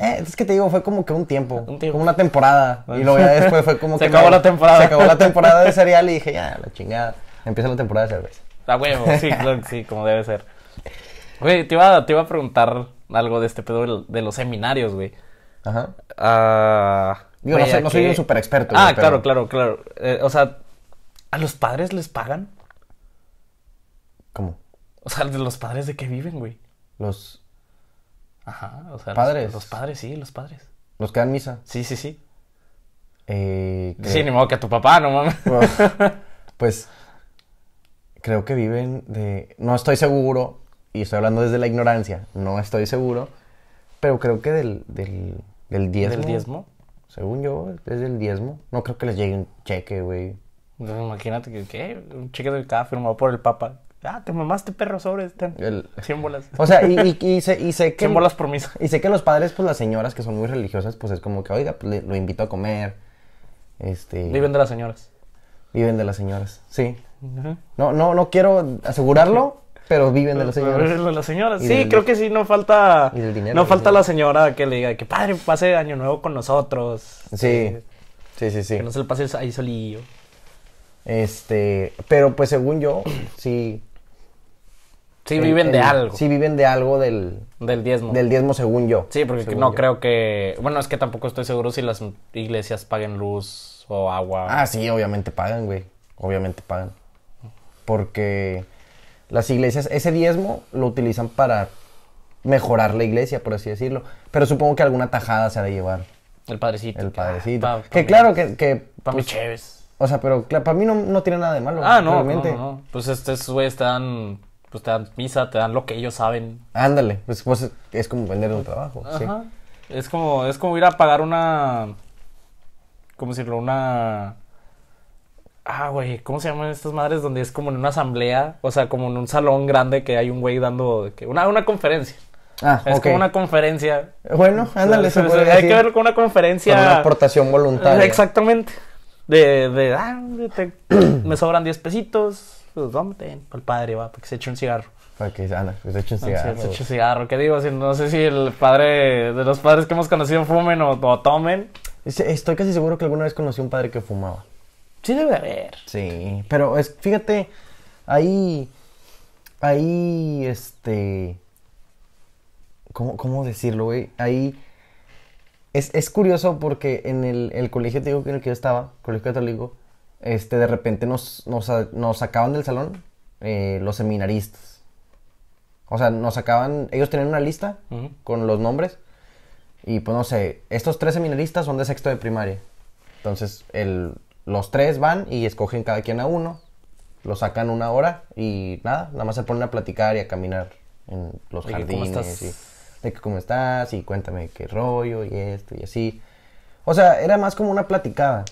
Speaker 2: Eh, es que te digo, fue como que un tiempo,
Speaker 1: Un tiempo.
Speaker 2: como una temporada. Y luego ya después fue como
Speaker 1: Se
Speaker 2: que.
Speaker 1: acabó
Speaker 2: no,
Speaker 1: la temporada.
Speaker 2: Se acabó la temporada de cereal y dije, ya, la chingada. Empieza la temporada de cerveza.
Speaker 1: A huevo, sí, claro que sí, como debe ser. Güey, te iba, te iba a preguntar algo de este pedo del- de los seminarios, güey.
Speaker 2: Ajá.
Speaker 1: Ah,
Speaker 2: Digo, no
Speaker 1: güey,
Speaker 2: sé-
Speaker 1: ¿a
Speaker 2: no soy
Speaker 1: qué-
Speaker 2: un superexperto,
Speaker 1: Ah,
Speaker 2: güey, pero-
Speaker 1: claro, claro, claro. Eh, o sea, ¿a los padres les pagan?
Speaker 2: ¿Cómo?
Speaker 1: O sea, ¿de los padres de qué viven, güey?
Speaker 2: Los,
Speaker 1: Ajá, o sea, los-
Speaker 2: ¿Padres?
Speaker 1: los padres, sí, los padres.
Speaker 2: los que dan misa.
Speaker 1: Sí, sí, sí.
Speaker 2: Eh, creo-
Speaker 1: Sí, ni modo que a tu papá, no mames.
Speaker 2: pues creo que viven de... No estoy seguro, y estoy hablando desde la ignorancia, no estoy seguro, pero creo que del, del, del diezmo.
Speaker 1: ¿Del diezmo?
Speaker 2: Según yo, es del diezmo. No creo que les llegue un cheque, güey.
Speaker 1: Entonces, imagínate que, ¿qué? Un cheque de cada firmado por el Papa. Ah, te mamaste, perro, sobre este.
Speaker 2: El-
Speaker 1: 100 bolas.
Speaker 2: O sea, y, y- y sé, y sé que...
Speaker 1: 100 bolas por misa.
Speaker 2: Y sé que los padres, pues las señoras que son muy religiosas, pues es como que, oiga, pues, le- lo invito a comer. Este...
Speaker 1: Viven de las señoras.
Speaker 2: viven de las señoras, sí. No, no, no quiero asegurarlo, pero viven de las señoras.
Speaker 1: Viven de las señoras.
Speaker 2: Y
Speaker 1: Sí,
Speaker 2: del-
Speaker 1: creo que sí, no falta.
Speaker 2: y del dinero,
Speaker 1: no
Speaker 2: del
Speaker 1: falta
Speaker 2: dinero.
Speaker 1: la señora que le diga que padre, pase año nuevo con nosotros.
Speaker 2: Sí, sí, sí, sí.
Speaker 1: Que no se le pase ahí solillo.
Speaker 2: Este, pero pues según yo, sí.
Speaker 1: Sí,
Speaker 2: el-
Speaker 1: viven de
Speaker 2: el-
Speaker 1: algo.
Speaker 2: Sí, viven de algo del,
Speaker 1: Del diezmo.
Speaker 2: del diezmo, según yo.
Speaker 1: Sí, porque
Speaker 2: Según
Speaker 1: no
Speaker 2: yo.
Speaker 1: creo que. Bueno, es que tampoco estoy seguro si las iglesias paguen luz o agua.
Speaker 2: Ah, sí, obviamente pagan, güey. Obviamente pagan. Porque las iglesias, ese diezmo lo utilizan para mejorar la iglesia, por así decirlo. Pero supongo que alguna tajada se ha de llevar
Speaker 1: el padrecito.
Speaker 2: el padrecito.
Speaker 1: Ah, pa- pa
Speaker 2: que
Speaker 1: mí-
Speaker 2: claro, que. que
Speaker 1: Pa' mí
Speaker 2: pues,
Speaker 1: chéves.
Speaker 2: o sea, pero claro, para mí no, no tiene nada de malo.
Speaker 1: Ah, no, no,
Speaker 2: realmente.
Speaker 1: no, no. Pues estos güeyes te dan, pues te dan misa, te dan lo que ellos saben.
Speaker 2: Ándale, pues, pues, es como vender un trabajo. sí.
Speaker 1: Ajá. Es como, es como ir a pagar una, ¿cómo decirlo? Una, ah, güey, ¿cómo se llaman estas madres? Donde es como en una asamblea, o sea, como en un salón grande que hay un güey dando, de que- una, una conferencia.
Speaker 2: Ah,
Speaker 1: Es
Speaker 2: ok.
Speaker 1: como una conferencia.
Speaker 2: Bueno, ándale, se
Speaker 1: O sea,
Speaker 2: puede
Speaker 1: Hay
Speaker 2: decir.
Speaker 1: que verlo con una conferencia.
Speaker 2: Con una aportación voluntaria.
Speaker 1: Exactamente. De, de, ah, de- te- me sobran 10 pesitos, pues vómate al padre, va, para que se eche un cigarro.
Speaker 2: Para que Ana, pues eche un
Speaker 1: Entonces,
Speaker 2: cigarro.
Speaker 1: se eche cigarro, este ¿qué digo? Si- no sé si el padre de los padres que hemos conocido fumen o, o tomen.
Speaker 2: Dice, Estoy casi seguro que alguna vez conocí a un padre que fumaba.
Speaker 1: Sí debe haber.
Speaker 2: Sí, pero es, fíjate, ahí, ahí, este, ¿cómo, cómo decirlo, güey? Ahí, es, es curioso porque en el, el colegio, te digo, que en el que yo estaba, colegio católico, este, de repente nos, nos, sa- nos sacaban del salón eh, los seminaristas. O sea, nos sacaban, ellos tenían una lista
Speaker 1: Ujú.
Speaker 2: con los nombres y pues no sé, estos tres seminaristas son de sexto de primaria. Entonces, el, los tres van y escogen cada quien a uno, lo sacan una hora y nada, nada más se ponen a platicar y a caminar en los
Speaker 1: De que cómo
Speaker 2: jardines.
Speaker 1: estás.
Speaker 2: y de que cómo estás y cuéntame qué rollo y esto y así. O sea, era más como una platicada.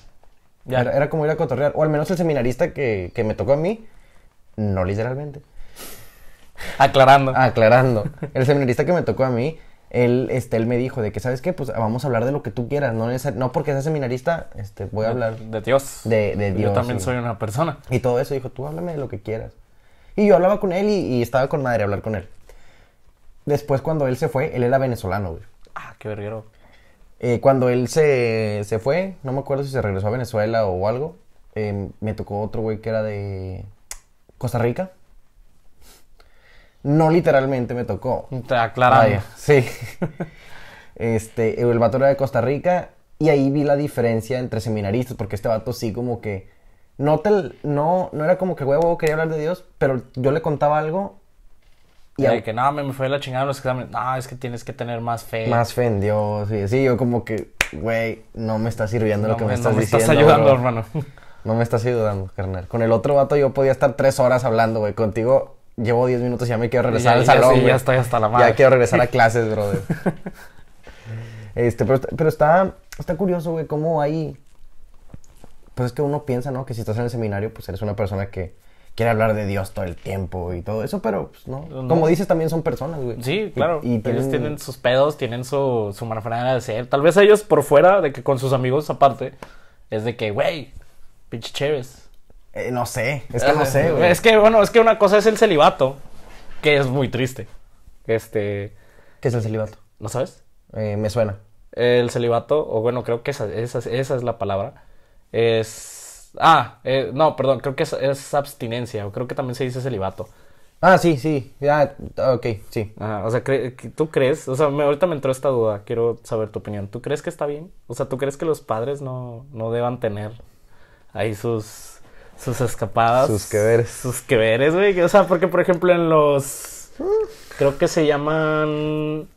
Speaker 1: Ya.
Speaker 2: Era, era como ir a cotorrear. O al menos el seminarista que, que me tocó a mí, no literalmente.
Speaker 1: Aclarando.
Speaker 2: Ah, Aclarando. El seminarista que me tocó a mí, él, este, él me dijo de que, ¿sabes qué? Pues vamos a hablar de lo que tú quieras. No, neces- no porque seas seminarista, este, voy a hablar.
Speaker 1: De Dios.
Speaker 2: De- de
Speaker 1: Yo
Speaker 2: Dios,
Speaker 1: también
Speaker 2: sí.
Speaker 1: soy una persona.
Speaker 2: Y todo eso, dijo, tú háblame de lo que quieras. Y yo hablaba con él y, y estaba con madre hablar con él. Después, cuando él se fue, él era venezolano, güey.
Speaker 1: Ah, qué verguero.
Speaker 2: Eh, cuando él se, se fue, no me acuerdo si se regresó a Venezuela o algo, eh, me tocó otro güey que era de Costa Rica. No literalmente me tocó.
Speaker 1: Te aclarando.
Speaker 2: Mm. Vaya, sí. este, el vato era de Costa Rica y ahí vi la diferencia entre seminaristas, porque este vato sí como que no te- no no era como que huevo quería hablar de Dios, pero yo le contaba algo y
Speaker 1: Y
Speaker 2: al-
Speaker 1: de que no, me, me fue la chingada en los exámenes. No, es que tienes que tener más fe.
Speaker 2: más fe en Dios y así yo como que güey, no me está sirviendo
Speaker 1: no,
Speaker 2: lo que me,
Speaker 1: me- no
Speaker 2: estás
Speaker 1: me
Speaker 2: diciendo.
Speaker 1: estás ayudando,
Speaker 2: bro.
Speaker 1: hermano.
Speaker 2: No me estás ayudando, carnal. Con el otro vato yo podía estar tres horas hablando, güey. Contigo llevo diez minutos y ya me quiero regresar
Speaker 1: Ya-
Speaker 2: al
Speaker 1: ya
Speaker 2: salón,
Speaker 1: sí,
Speaker 2: güey.
Speaker 1: ya estoy hasta la madre.
Speaker 2: Ya quiero regresar a clases, brother. este, pero, está- pero está, está curioso, güey, cómo hay... Pues es que uno piensa, ¿no? Que si estás en el seminario, pues eres una persona que quiere hablar de Dios todo el tiempo y todo eso, pero pues no.
Speaker 1: No.
Speaker 2: Como dices, también son personas, güey.
Speaker 1: Sí,
Speaker 2: Y-
Speaker 1: claro.
Speaker 2: Y,
Speaker 1: Ellos
Speaker 2: tienen...
Speaker 1: tienen sus pedos, tienen su, su manera de ser. Tal vez ellos por fuera, de que con sus amigos aparte, es de que, güey, pinche chéves.
Speaker 2: Eh, no sé, es que no sé, güey.
Speaker 1: Es que, bueno, es que una cosa es el celibato, que es muy triste. Este,
Speaker 2: ¿Qué es el celibato?
Speaker 1: ¿no sabes?
Speaker 2: Eh, me suena.
Speaker 1: El celibato, o bueno, creo que esa, esa, esa es la palabra. Es. Ah, eh, no, perdón, creo que es, es abstinencia, o creo que también se dice celibato.
Speaker 2: Ah, sí, sí. Ya, ok, sí.
Speaker 1: Ajá, o sea, cre- que- ¿tú crees? O sea, me- ahorita me entró esta duda, quiero saber tu opinión. ¿Tú crees que está bien? O sea, ¿tú crees que los padres no, no deban tener ahí sus, sus escapadas?
Speaker 2: Sus que veres.
Speaker 1: Sus que veres, güey. O sea, porque por ejemplo en los... Creo que se llaman...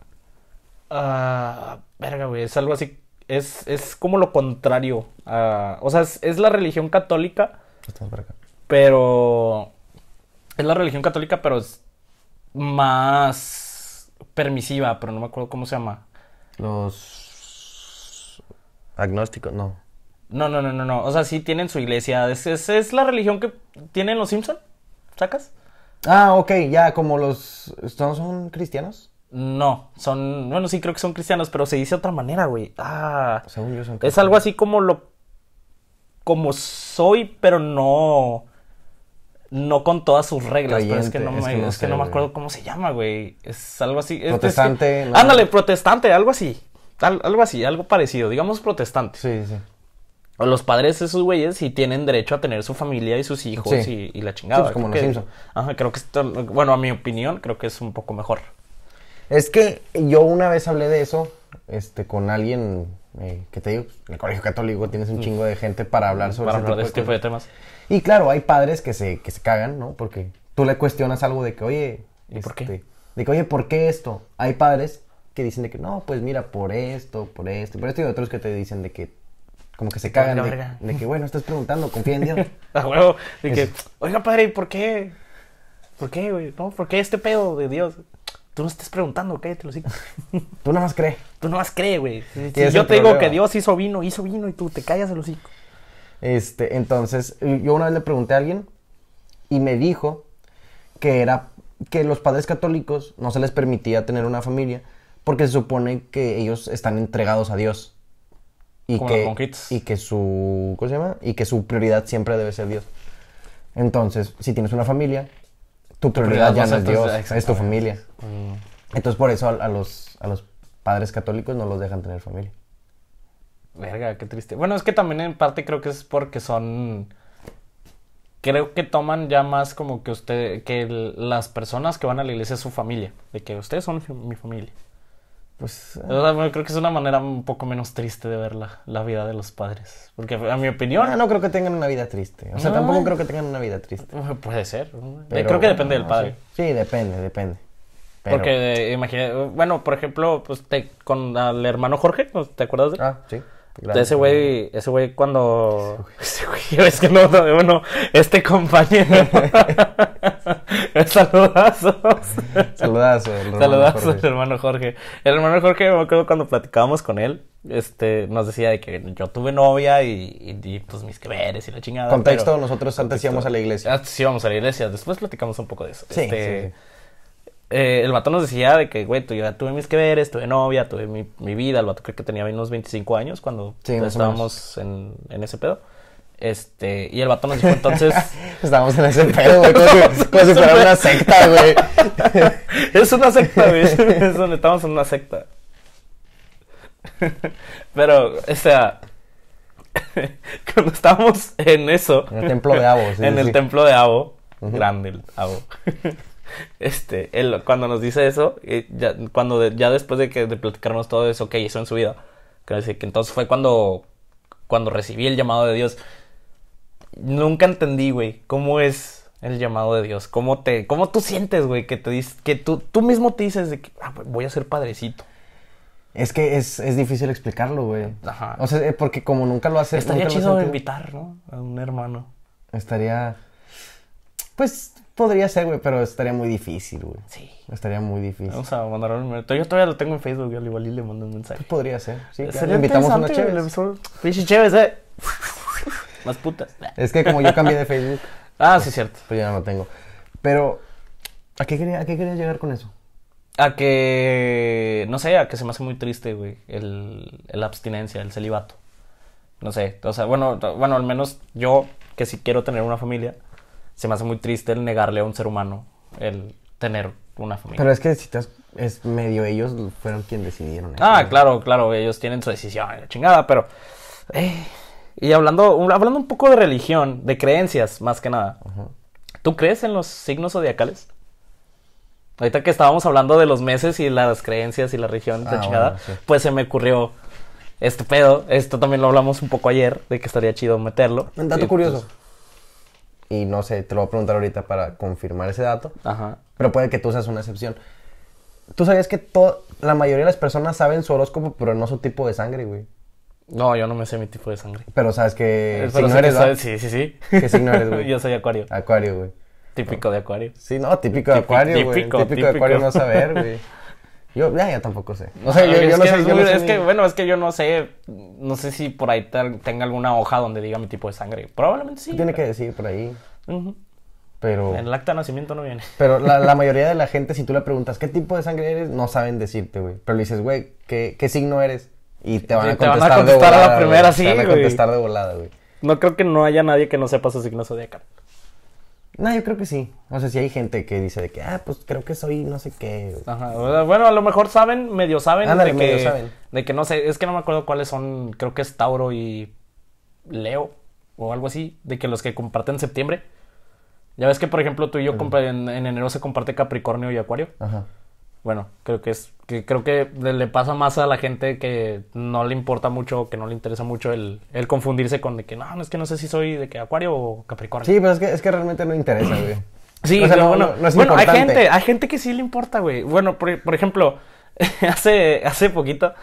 Speaker 1: ah, verga, güey, es algo así... Es, es como lo contrario. a- o sea, es, es la religión católica,
Speaker 2: Pues Estamos por acá.
Speaker 1: pero... Es la religión católica, pero es más permisiva, pero no me acuerdo cómo se llama.
Speaker 2: Los agnósticos, no.
Speaker 1: No, no, no, no, no. O sea, sí tienen su iglesia. Es, es, es la religión que tienen los Simpson. ¿Sacas?
Speaker 2: Ah, ok, ya, como los... ¿No son cristianos?
Speaker 1: No, son... Bueno, sí creo que son cristianos, pero se dice de otra manera, güey. Ah.
Speaker 2: Según yo son
Speaker 1: Es algo así como lo... Como soy, pero no... No con todas sus reglas, pero es que no me,
Speaker 2: Creyente, es que no
Speaker 1: es que
Speaker 2: sé,
Speaker 1: no me
Speaker 2: güey.
Speaker 1: acuerdo cómo se llama, güey. Es algo así. es- es que-
Speaker 2: Protestante, ¿no?
Speaker 1: Ándale, protestante, algo así. Al- algo así, algo parecido. Digamos protestante.
Speaker 2: Sí, sí.
Speaker 1: O los padres de esos güeyes sí tienen derecho a tener su familia y sus hijos
Speaker 2: Sí.
Speaker 1: y, y la chingada.
Speaker 2: Sí, pues, como
Speaker 1: Creo
Speaker 2: los
Speaker 1: que-
Speaker 2: Simpson.
Speaker 1: Ajá, creo que esto, bueno, a mi opinión, creo que es un poco mejor.
Speaker 2: Es que yo una vez hablé de eso este, con alguien eh, que te digo, en el colegio católico tienes un chingo de gente para hablar sobre
Speaker 1: Mm. Para
Speaker 2: ese
Speaker 1: hablar de este
Speaker 2: tipo
Speaker 1: tipo
Speaker 2: cosas.
Speaker 1: de temas.
Speaker 2: Y claro, hay padres que se, que se cagan, ¿no? Porque tú le cuestionas algo de que, oye,
Speaker 1: ¿Y por
Speaker 2: este,
Speaker 1: qué?
Speaker 2: De que, oye, ¿por qué esto? Hay padres que dicen de que, no, pues mira, por esto, por esto, y por esto, y otros que te dicen de que, como que se
Speaker 1: Te valga
Speaker 2: cagan, de,
Speaker 1: verga.
Speaker 2: de que, bueno, estás preguntando, confía en Dios.
Speaker 1: A huevo. De que, oiga, padre, ¿y por qué? ¿Por qué, güey? No, ¿por qué este pedo de Dios? Tú no estés preguntando, cállate, lo
Speaker 2: Tú nada más crees.
Speaker 1: Tú no más crees, güey. Si,
Speaker 2: es
Speaker 1: yo
Speaker 2: el
Speaker 1: te digo
Speaker 2: problema.
Speaker 1: que Dios hizo vino, hizo vino y tú te callas el hocico.
Speaker 2: Este, entonces, yo una vez le pregunté a alguien y me dijo que era que los padres católicos no se les permitía tener una familia porque se supone que ellos están entregados a Dios. Y
Speaker 1: Como los
Speaker 2: que
Speaker 1: monjitos.
Speaker 2: y que su ¿cómo se llama? Y que su prioridad siempre debe ser Dios. Entonces, si tienes una familia, tu prioridad ya
Speaker 1: vas
Speaker 2: no
Speaker 1: a
Speaker 2: es
Speaker 1: tus-
Speaker 2: Dios, es tu
Speaker 1: exactamente. Mm.
Speaker 2: familia. Entonces, por eso a, a los, a los padres católicos no los dejan tener familia.
Speaker 1: Verga, qué triste. Bueno, es que también en parte creo que es porque son. Creo que toman ya más como que usted, que el- las personas que van a la iglesia es su familia, de que ustedes son fi- mi familia.
Speaker 2: Pues,
Speaker 1: O sea, bueno, creo que es una manera un poco menos triste de ver la, la vida de los padres. Porque a mi opinión,
Speaker 2: no, no creo que tengan una vida triste. O sea,
Speaker 1: No.
Speaker 2: tampoco creo que tengan una vida triste.
Speaker 1: puede ser. ¿no?
Speaker 2: Pero,
Speaker 1: creo que depende
Speaker 2: no,
Speaker 1: del padre.
Speaker 2: Sí, Sí, depende, depende. Pero-
Speaker 1: Porque eh, imagina, bueno, por ejemplo, pues te, con al hermano Jorge, ¿no? ¿te acuerdas de él?
Speaker 2: Ah, sí.
Speaker 1: De ese güey, ese güey cuando... Ese güey, es que no, no, bueno, este compañero. Saludazos.
Speaker 2: Saludazo. el hermano
Speaker 1: Saludazos al
Speaker 2: Jorge.
Speaker 1: hermano Jorge. El hermano Jorge, me acuerdo cuando platicábamos con él, este, nos decía de que yo tuve novia y, y, y, pues mis que veres y la chingada.
Speaker 2: Contexto,
Speaker 1: pero-
Speaker 2: nosotros antes íbamos a la iglesia.
Speaker 1: Antes sí íbamos a la iglesia, después platicamos un poco de eso.
Speaker 2: Sí,
Speaker 1: Este,
Speaker 2: sí, sí.
Speaker 1: eh, el vato nos decía de que, güey, tú, ya tuve mis que veres, tuve novia, tuve mi, mi vida. El vato creo que tenía unos 25 años cuando
Speaker 2: Sí, más o
Speaker 1: estábamos en, en ese pedo. Este, y el vato nos dijo entonces,
Speaker 2: Estábamos en ese pedo, güey. Como, si- como si fuera una secta, güey.
Speaker 1: es una secta, güey, es donde estamos en una secta. Pero, o sea, cuando estábamos en eso,
Speaker 2: En el templo de Abo, sí,
Speaker 1: en
Speaker 2: sí,
Speaker 1: el
Speaker 2: sí.
Speaker 1: templo de Abo, grande el Abo. Este, él cuando nos dice eso, eh, ya, cuando de- ya después de que de platicarnos todo eso que hizo en su vida, que nos dice que entonces fue cuando cuando recibí el llamado de Dios. Nunca entendí, güey, cómo es el llamado de Dios, cómo te cómo tú sientes, güey, que te dices que tú tú mismo te dices de que "Ah, güey, voy a ser padrecito.
Speaker 2: Es que es, es difícil explicarlo, güey.
Speaker 1: Ajá.
Speaker 2: O sea, eh, porque como nunca lo haces.
Speaker 1: Estaría
Speaker 2: nunca lo has
Speaker 1: chido
Speaker 2: sentido,
Speaker 1: invitar, ¿no? A un hermano.
Speaker 2: Estaría. Pues podría ser, güey, pero estaría muy difícil, güey.
Speaker 1: Sí.
Speaker 2: Estaría muy difícil.
Speaker 1: Vamos a mandar un mensaje. Yo todavía lo tengo en Facebook, al igual y le mando un mensaje.
Speaker 2: Podría ser, sí. claro.
Speaker 1: Eh, Sería
Speaker 2: Invitamos a una
Speaker 1: interesante,
Speaker 2: chévere.
Speaker 1: güey, solo- Pinche chéves, eh. Más putas.
Speaker 2: Es que como yo cambié de Facebook,
Speaker 1: Ah, sí, cierto.
Speaker 2: pues ya no lo tengo. Pero, ¿a qué quería, a qué quería llegar con eso?
Speaker 1: A que. No sé, a que se me hace muy triste, güey. El, el abstinencia, el celibato. No sé. O sea, bueno, t- bueno, al menos yo, que si quiero tener una familia, se me hace muy triste el negarle a un ser humano el tener una familia.
Speaker 2: Pero es que si te has- es medio ellos fueron quienes decidieron eso.
Speaker 1: Ah, claro, claro, ellos tienen su decisión, la chingada, pero. eh, y hablando, un- hablando un poco de religión, de creencias, más que nada. ¿Tú crees en los signos zodiacales? Ahorita que estábamos hablando de los meses y las creencias y la religión, la
Speaker 2: Ah,
Speaker 1: chingada,
Speaker 2: bueno, sí.
Speaker 1: pues se me ocurrió este pedo. Esto también lo hablamos un poco ayer, de que estaría chido meterlo.
Speaker 2: Un dato
Speaker 1: Y,
Speaker 2: curioso. pues, Y no sé, te lo voy a preguntar ahorita para confirmar ese dato.
Speaker 1: pues, ajá.
Speaker 2: Pero puede que tú seas una excepción. ¿Tú sabías que to- la mayoría de las personas saben su horóscopo, pero no su tipo de sangre, güey?
Speaker 1: No, yo no me sé mi tipo de sangre.
Speaker 2: Pero sabes que
Speaker 1: Eh, Pero
Speaker 2: signo
Speaker 1: sé que
Speaker 2: eres, ¿va?
Speaker 1: soy- sí, sí, sí.
Speaker 2: ¿Qué signo eres, güey?
Speaker 1: Yo soy acuario.
Speaker 2: Acuario, güey.
Speaker 1: Típico de acuario.
Speaker 2: Sí, no, típico de
Speaker 1: Típico,
Speaker 2: acuario, güey. Típico,
Speaker 1: típico,
Speaker 2: de
Speaker 1: típico.
Speaker 2: acuario no saber, güey. Yo, ya, yo tampoco sé. O sea,
Speaker 1: Ah,
Speaker 2: yo, yo
Speaker 1: es
Speaker 2: no
Speaker 1: que,
Speaker 2: sé.
Speaker 1: es
Speaker 2: yo no
Speaker 1: muy-
Speaker 2: sé
Speaker 1: es
Speaker 2: ni-
Speaker 1: que, bueno, es que yo no sé, no sé si por ahí tal- tenga alguna hoja donde diga mi tipo de sangre. Probablemente sí.
Speaker 2: Tiene que decir por ahí.
Speaker 1: Ujú.
Speaker 2: Pero...
Speaker 1: En el acta de nacimiento no viene.
Speaker 2: Pero la, la mayoría de la gente, si tú le preguntas qué tipo de sangre eres, no saben decirte, güey. Pero le dices, güey, ¿qué, qué signo eres? Y te van
Speaker 1: Sí,
Speaker 2: a
Speaker 1: te van a
Speaker 2: contestar, de
Speaker 1: contestar a
Speaker 2: volada.
Speaker 1: la
Speaker 2: güey.
Speaker 1: primera,
Speaker 2: Te van
Speaker 1: sí,
Speaker 2: a
Speaker 1: güey.
Speaker 2: contestar de volada, güey.
Speaker 1: No creo que no haya nadie que no sepa su signo zodiacal.
Speaker 2: No, yo creo que sí. O sea, sí hay gente que dice de que, ah, pues creo que soy no sé qué. güey.
Speaker 1: Ajá. O sea, Bueno, a lo mejor saben, medio saben,
Speaker 2: Ándale,
Speaker 1: de, que,
Speaker 2: medio saben.
Speaker 1: de que no sé, es que no me acuerdo cuáles son, creo que es Tauro y Leo o algo así, de que los que comparten septiembre. Ya ves que, por ejemplo, tú y yo compa- en, en enero se comparte Capricornio y Acuario.
Speaker 2: Ajá.
Speaker 1: Bueno, creo que es que creo que de- le pasa más a la gente que no le importa mucho, que no le interesa mucho el, el confundirse con de que no, no es que no sé si soy de que Acuario o Capricornio.
Speaker 2: Sí, pero es que, es que realmente no interesa, güey.
Speaker 1: Sí,
Speaker 2: O sea,
Speaker 1: pero
Speaker 2: no,
Speaker 1: bueno,
Speaker 2: no- no es
Speaker 1: bueno, hay
Speaker 2: importante.
Speaker 1: gente, hay gente que sí le importa, güey. Bueno, por, por ejemplo, hace, hace poquito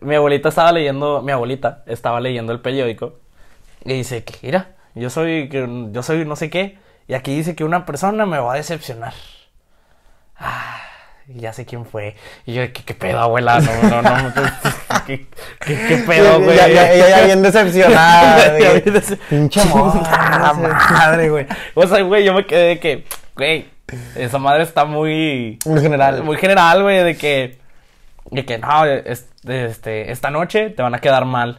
Speaker 1: mi abuelita estaba leyendo, mi abuelita estaba leyendo el periódico y dice que, mira, yo soy, que- yo soy no sé qué y aquí dice que una persona me va a decepcionar. Ah, y ya sé quién fue. Y yo, ¿qué, qué pedo, abuela? No, no, no. pues, ¿Qué, qué- qué pedo, güey?
Speaker 2: Ya, ya, ya, ya bien decepcionada.
Speaker 1: Ya
Speaker 2: güey.
Speaker 1: bien dece-
Speaker 2: Pinche morra,
Speaker 1: Ah,
Speaker 2: no sé.
Speaker 1: madre, güey. O sea, güey, yo me quedé de que, güey, esa madre está muy.
Speaker 2: Muy general.
Speaker 1: Muy general, güey, de que. De que no, este, este, esta noche te van a quedar mal.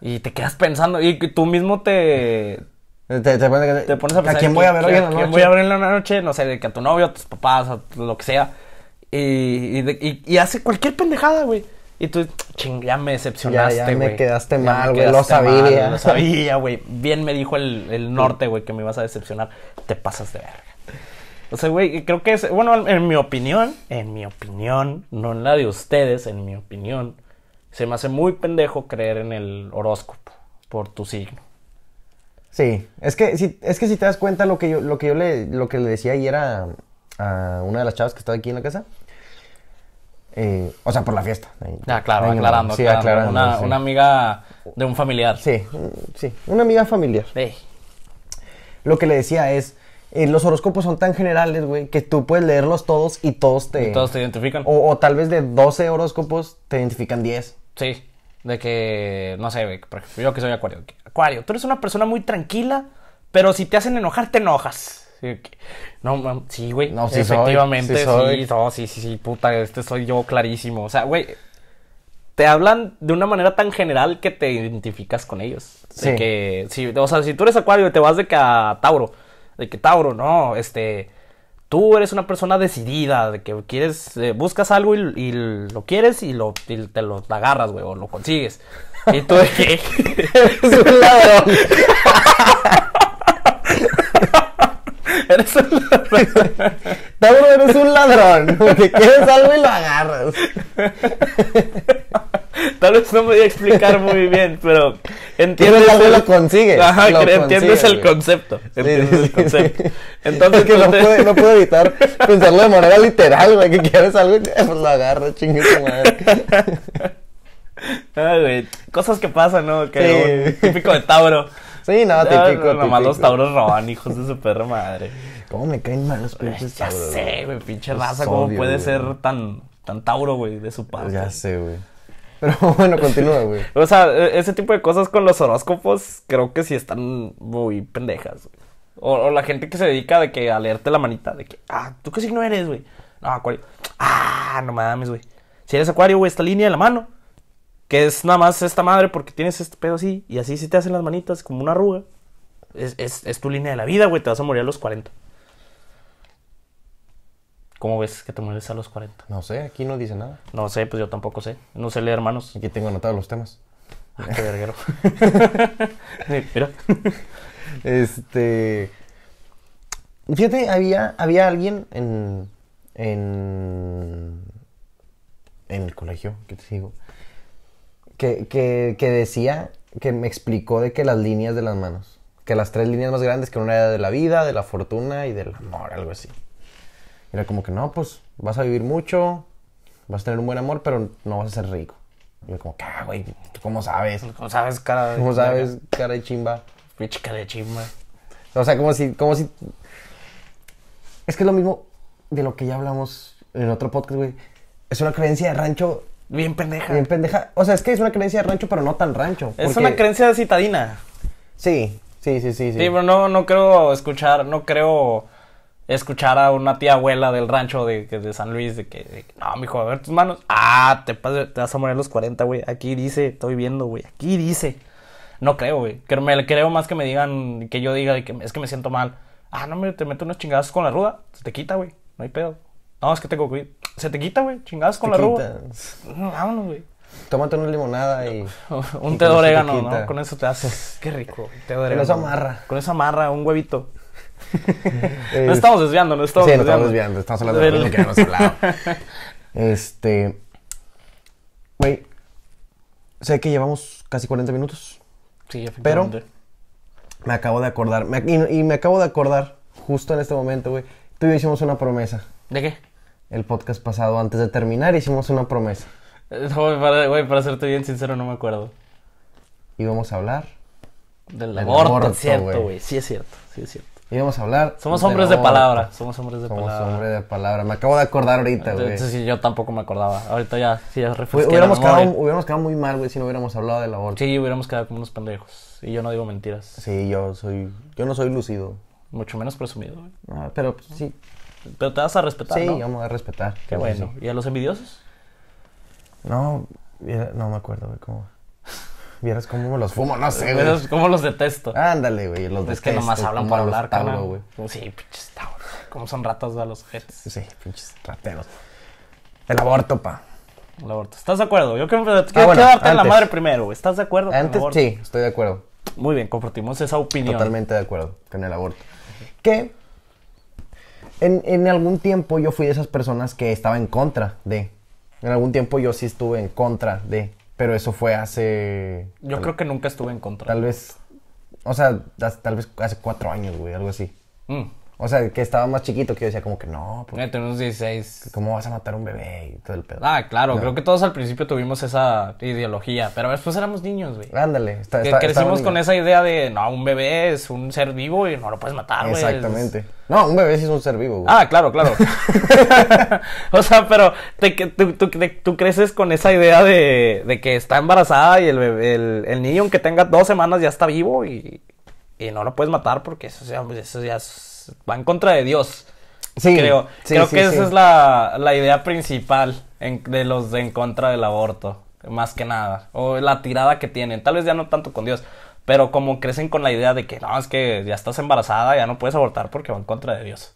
Speaker 1: Y te quedas pensando, y que tú mismo te.
Speaker 2: Te, te, pones,
Speaker 1: Te pones a pensar
Speaker 2: quién voy a ver hoy en la
Speaker 1: a
Speaker 2: noche?
Speaker 1: quién voy a ver en la noche? No sé, de que a tu novio, a tus papás, a lo que sea. Y, y, de- y- y hace cualquier pendejada, güey. Y tú, ching, ya me decepcionaste,
Speaker 2: Ya-
Speaker 1: güey.
Speaker 2: ya me quedaste
Speaker 1: me
Speaker 2: mal, güey, lo
Speaker 1: quedaste mal,
Speaker 2: sabía.
Speaker 1: Lo sabía, güey. Bien me dijo el, el norte, güey, que me ibas a decepcionar. Te pasas de verga. O sea, güey, creo que es. Bueno, en mi opinión, en mi opinión, no en la de ustedes, en mi opinión, se me hace muy pendejo creer en el horóscopo por tu signo.
Speaker 2: Sí, es que si, es que si te das cuenta lo que yo, lo que yo le, lo que le decía ayer a, a una de las chavas que estaba aquí en la casa. eh, o sea, por la fiesta. Ahí-
Speaker 1: Ah, claro,
Speaker 2: ahí-
Speaker 1: aclarando,
Speaker 2: sí,
Speaker 1: aclarando.
Speaker 2: aclarando,
Speaker 1: Una,
Speaker 2: sí.
Speaker 1: una amiga de un familiar.
Speaker 2: Sí, mm, sí, una amiga familiar.
Speaker 1: Ey,
Speaker 2: Lo que le decía es, eh, los horóscopos son tan generales, güey, que tú puedes leerlos todos y todos te...
Speaker 1: todos te identifican.
Speaker 2: o, o tal vez de 12 horóscopos te identifican 10.
Speaker 1: Sí, de que, no sé, güey, por ejemplo, yo que soy acuario. que, Acuario, tú eres una persona muy tranquila, pero si te hacen enojar, te enojas. Sí, que- No, mam, sí, güey.
Speaker 2: No, sí soy,
Speaker 1: efectivamente,
Speaker 2: sí soy.
Speaker 1: sí, no, sí, sí, sí, puta, este soy yo clarísimo. O sea, güey, te hablan de una manera tan general que te identificas con ellos. De
Speaker 2: Sí.
Speaker 1: que, si, o sea, si tú eres acuario y te vas de que a Tauro, de que Tauro, no, este, tú eres una persona decidida, de que quieres, eh, buscas algo y, y lo quieres y, lo, y te lo agarras, güey, o lo consigues. Y tú de que...
Speaker 2: un ladrón.
Speaker 1: eres un ladrón.
Speaker 2: Tauro, eres un ladrón, porque quieres algo y lo agarras.
Speaker 1: Tal vez no me voy a explicar muy bien, pero entiendes.
Speaker 2: Quieres algo y
Speaker 1: el-
Speaker 2: lo consigues,
Speaker 1: Ajá,
Speaker 2: lo
Speaker 1: que entiendes
Speaker 2: consigues,
Speaker 1: el
Speaker 2: güey.
Speaker 1: concepto.
Speaker 2: Sí,
Speaker 1: Entiendes
Speaker 2: sí,
Speaker 1: el
Speaker 2: sí,
Speaker 1: concepto.
Speaker 2: sí.
Speaker 1: Entonces, este pues,
Speaker 2: Es que no
Speaker 1: tú te-
Speaker 2: pude, no pude evitar pensarlo de manera literal, güey, que quieres algo y eh, pues lo agarras, chingue tu madre.
Speaker 1: Ay, güey, Cosas que pasan, ¿no? Que
Speaker 2: Sí.
Speaker 1: un típico de Tauro.
Speaker 2: Sí, no,
Speaker 1: Ah,
Speaker 2: típico,
Speaker 1: Nomás los
Speaker 2: típico.
Speaker 1: Tauros roban, hijos de su perra madre. Pues,
Speaker 2: ¿Cómo me caen mal los pinches
Speaker 1: Ya
Speaker 2: Tauros,
Speaker 1: sé,
Speaker 2: güey?
Speaker 1: güey, pinche
Speaker 2: Los
Speaker 1: raza, ¿cómo
Speaker 2: odio,
Speaker 1: puede
Speaker 2: güey.
Speaker 1: ser tan, tan Tauro, güey, de su parte?
Speaker 2: Ya sé, güey. Pero bueno, continúa, güey.
Speaker 1: O sea, e- ese tipo de cosas con los horóscopos creo que sí están muy pendejas. güey. O, o la gente que se dedica de que a leerte la manita, de que, ah, ¿tú qué signo eres, güey? No, acuario. Ah, no mames, güey. Si eres acuario, güey, esta línea de la mano, que es nada más esta madre porque tienes este pedo así, y así si te hacen las manitas como una arruga. Es, es- es tu línea de la vida, güey, te vas a morir a los 40. ¿Cómo ves que te mueres a los 40?
Speaker 2: No sé, aquí no dice nada.
Speaker 1: No sé, pues yo tampoco sé. No sé leer hermanos.
Speaker 2: Aquí tengo anotados los temas.
Speaker 1: Ah, qué verguero. Sí, Mira.
Speaker 2: Este. Fíjate, había, había alguien en. En. En el colegio, que te digo. Que, que, que decía, que me explicó de que las líneas de las manos. Que las tres líneas más grandes, que una era de la vida, de la fortuna y del amor, algo así. Era como que no, pues vas a vivir mucho, vas a tener un buen amor, pero no vas a ser rico. Y yo, como, que, "Ah, güey? ¿Tú cómo sabes?
Speaker 1: Como sabes, cara de...
Speaker 2: ¿Cómo sabes, cara de chimba?
Speaker 1: Pinche cara de chimba.
Speaker 2: O sea, como si, como si. Es que es lo mismo de lo que ya hablamos en otro podcast, güey. Es una creencia de rancho
Speaker 1: Bien pendeja.
Speaker 2: bien pendeja. O sea, es que es una creencia de rancho, pero no tan rancho.
Speaker 1: es
Speaker 2: porque-
Speaker 1: una creencia citadina.
Speaker 2: Sí, sí, sí, sí, sí.
Speaker 1: Sí, pero no, no creo escuchar, no creo escuchar a una tía abuela del rancho de, que- de San Luis de que, de que, no, mijo, a ver tus manos. Ah, te, pas- te vas a morir a los 40, güey. Aquí dice, estoy viendo, güey. Aquí dice. No creo, güey. Que me creo más que me digan, que yo diga de que es que me siento mal. Ah, no, me te meto unos chingados con la ruda. Se te quita, güey. No hay pedo. No, es que tengo COVID. Se te quita, güey. Chingados con
Speaker 2: Te
Speaker 1: la ruda.
Speaker 2: quitas.
Speaker 1: No, vámonos, güey.
Speaker 2: Tómate una limonada y.
Speaker 1: Un té de
Speaker 2: y con eso te
Speaker 1: orégano,
Speaker 2: quita.
Speaker 1: ¿no? Con eso te haces. Qué rico. un té de
Speaker 2: Con
Speaker 1: orégano.
Speaker 2: eso amarra.
Speaker 1: Con eso amarra un huevito.
Speaker 2: Eh,
Speaker 1: no estamos desviando, no estamos
Speaker 2: sí, no
Speaker 1: desviando.
Speaker 2: estamos desviando, estamos hablando de
Speaker 1: Del-
Speaker 2: lo que habíamos hablado. Este. Güey. Sé que llevamos casi 40 minutos.
Speaker 1: Sí, efectivamente.
Speaker 2: Me acabo de acordar. me- y, y me acabo de acordar, justo en este momento, güey. Tú y yo hicimos una promesa.
Speaker 1: ¿De qué?
Speaker 2: El podcast pasado, antes de terminar, hicimos una promesa.
Speaker 1: Eh, no, Güey, para, güey, para serte bien sincero, no me acuerdo.
Speaker 2: Íbamos a hablar.
Speaker 1: Del
Speaker 2: Del
Speaker 1: aborto,
Speaker 2: aborto,
Speaker 1: cierto,
Speaker 2: güey.
Speaker 1: güey. Sí es cierto, sí es cierto.
Speaker 2: Íbamos a hablar.
Speaker 1: Somos
Speaker 2: del
Speaker 1: hombres de
Speaker 2: aborto.
Speaker 1: palabra, somos hombres de
Speaker 2: Somos
Speaker 1: palabra.
Speaker 2: hombres de palabra. Me acabo de acordar ahorita, güey.
Speaker 1: Entonces, pues, sí, yo tampoco me acordaba. Ahorita ya, sí, ya refresqué
Speaker 2: Hu-
Speaker 1: la
Speaker 2: Hubiéramos
Speaker 1: memoria.
Speaker 2: quedado, hubiéramos quedado muy mal, güey, si no hubiéramos hablado del aborto.
Speaker 1: Sí, hubiéramos quedado como unos pendejos. Y yo no digo mentiras.
Speaker 2: Sí, yo soy. Yo no soy lucido.
Speaker 1: Mucho menos presumido, güey.
Speaker 2: Ah, pero pues, sí.
Speaker 1: Pero te vas a respetar,
Speaker 2: Sí,
Speaker 1: Ah, ¿no?
Speaker 2: vamos a respetar.
Speaker 1: Qué
Speaker 2: Sí, sí,
Speaker 1: bueno. ¿Y a los envidiosos?
Speaker 2: sí. No, era- no me acuerdo, güey, cómo. Vieras cómo me los fumo, no sé, güey.
Speaker 1: Esos- ¿Cómo los detesto?
Speaker 2: Ándale, güey, los
Speaker 1: es que
Speaker 2: detesto,
Speaker 1: nomás hablan
Speaker 2: como
Speaker 1: para
Speaker 2: a los
Speaker 1: hablar,
Speaker 2: Tauro,
Speaker 1: carnal.
Speaker 2: güey.
Speaker 1: Sí, pinches Tauro. Como son ratas de los jetes.
Speaker 2: Sí, pinches rateros. El aborto, pa.
Speaker 1: El aborto. ¿Estás de acuerdo? Yo creo que quiero,
Speaker 2: Ah, bueno,
Speaker 1: quiero darte la
Speaker 2: antes.
Speaker 1: madre primero. güey. ¿Estás de acuerdo? con el
Speaker 2: Antes,
Speaker 1: aborto?
Speaker 2: sí, estoy de acuerdo.
Speaker 1: Muy bien, compartimos esa opinión.
Speaker 2: Totalmente de acuerdo con el aborto. Que en, en algún tiempo yo fui de esas personas que estaba en contra de. En algún tiempo yo sí estuve en contra de. Pero eso fue hace.
Speaker 1: Yo creo que nunca estuve en contra.
Speaker 2: Tal vez. O sea, tas- tal vez hace cuatro años, güey, algo así.
Speaker 1: Mm.
Speaker 2: O sea, que estaba más chiquito que yo decía, como que no, pues,
Speaker 1: Eh, tenemos 16.
Speaker 2: ¿cómo vas a matar a un bebé? Y todo el pedo.
Speaker 1: Ah, claro, creo que todos al principio tuvimos esa ideología, pero después éramos niños, güey.
Speaker 2: Ándale, está,
Speaker 1: Que
Speaker 2: Ah, está- está
Speaker 1: crecimos
Speaker 2: bonito.
Speaker 1: con esa idea de, no, un bebé es un ser vivo y no lo puedes matar, güey.
Speaker 2: Exactamente. No, un bebé sí es un ser vivo, güey.
Speaker 1: Ah, claro, claro. o sea, pero te- que- tú, tú- de- tú creces con esa idea de, de que está embarazada y el, bebé- el, el niño, aunque tenga dos semanas, ya está vivo y, y no lo puedes matar porque eso, ya- pues, eso ya es- va en contra de Dios.
Speaker 2: Sí,
Speaker 1: creo
Speaker 2: sí,
Speaker 1: creo
Speaker 2: sí,
Speaker 1: que
Speaker 2: sí.
Speaker 1: esa es la, la idea principal en- de los de en contra del aborto, más que nada. O la tirada que tienen. Tal vez ya no tanto con Dios, pero como crecen con la idea de que no, es que ya estás embarazada, ya no puedes abortar porque va en contra de Dios.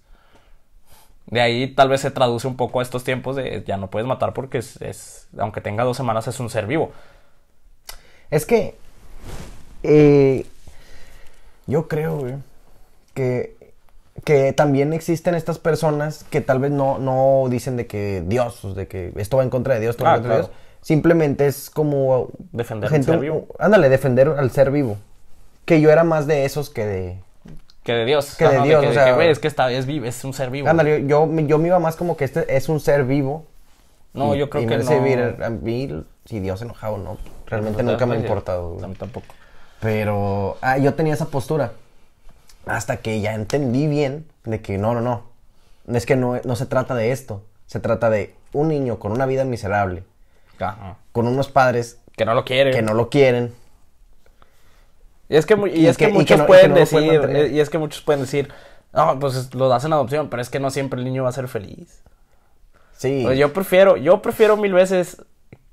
Speaker 1: De ahí tal vez se traduce un poco a estos tiempos de ya no puedes matar porque es, es- aunque tenga dos semanas, es un ser vivo.
Speaker 2: Es que. eh, yo creo, güey. Que. Que también existen estas personas que tal vez no, no dicen de que Dios, o de que esto va en contra de Dios, esto va
Speaker 1: Ah,
Speaker 2: en contra de
Speaker 1: claro.
Speaker 2: Dios. Simplemente es como.
Speaker 1: Defender al ser vivo.
Speaker 2: Ándale, defender al ser vivo. Que yo era más de esos que de.
Speaker 1: Que de Dios.
Speaker 2: Que de
Speaker 1: ajá,
Speaker 2: Dios,
Speaker 1: que,
Speaker 2: o sea-
Speaker 1: que, güey, es que está, es, vivo, es un ser vivo.
Speaker 2: Ándale, yo, yo, yo me iba más como que este es un ser vivo.
Speaker 1: No,
Speaker 2: y-
Speaker 1: yo creo
Speaker 2: y
Speaker 1: que
Speaker 2: me
Speaker 1: no.
Speaker 2: hace vir- a mí, si Dios se enojaba o no, realmente nunca me ha importado. güey.
Speaker 1: A mí tampoco.
Speaker 2: Pero ah, yo tenía esa postura. Hasta que ya entendí bien de que no, no, no. Es que no, no se trata de esto. Se trata de un niño con una vida miserable,
Speaker 1: Ajá.
Speaker 2: con unos padres
Speaker 1: Que no lo quiere.
Speaker 2: que no lo quieren.
Speaker 1: Y es que, mu- y
Speaker 2: Y
Speaker 1: es que,
Speaker 2: que- y que
Speaker 1: muchos
Speaker 2: no- y que
Speaker 1: pueden
Speaker 2: no lo pueden
Speaker 1: decir,
Speaker 2: mantener.
Speaker 1: eh, y es que muchos pueden decir, no, pues es- lo das en adopción, pero es que no siempre el niño va a ser feliz.
Speaker 2: Sí.
Speaker 1: O yo prefiero, yo prefiero mil veces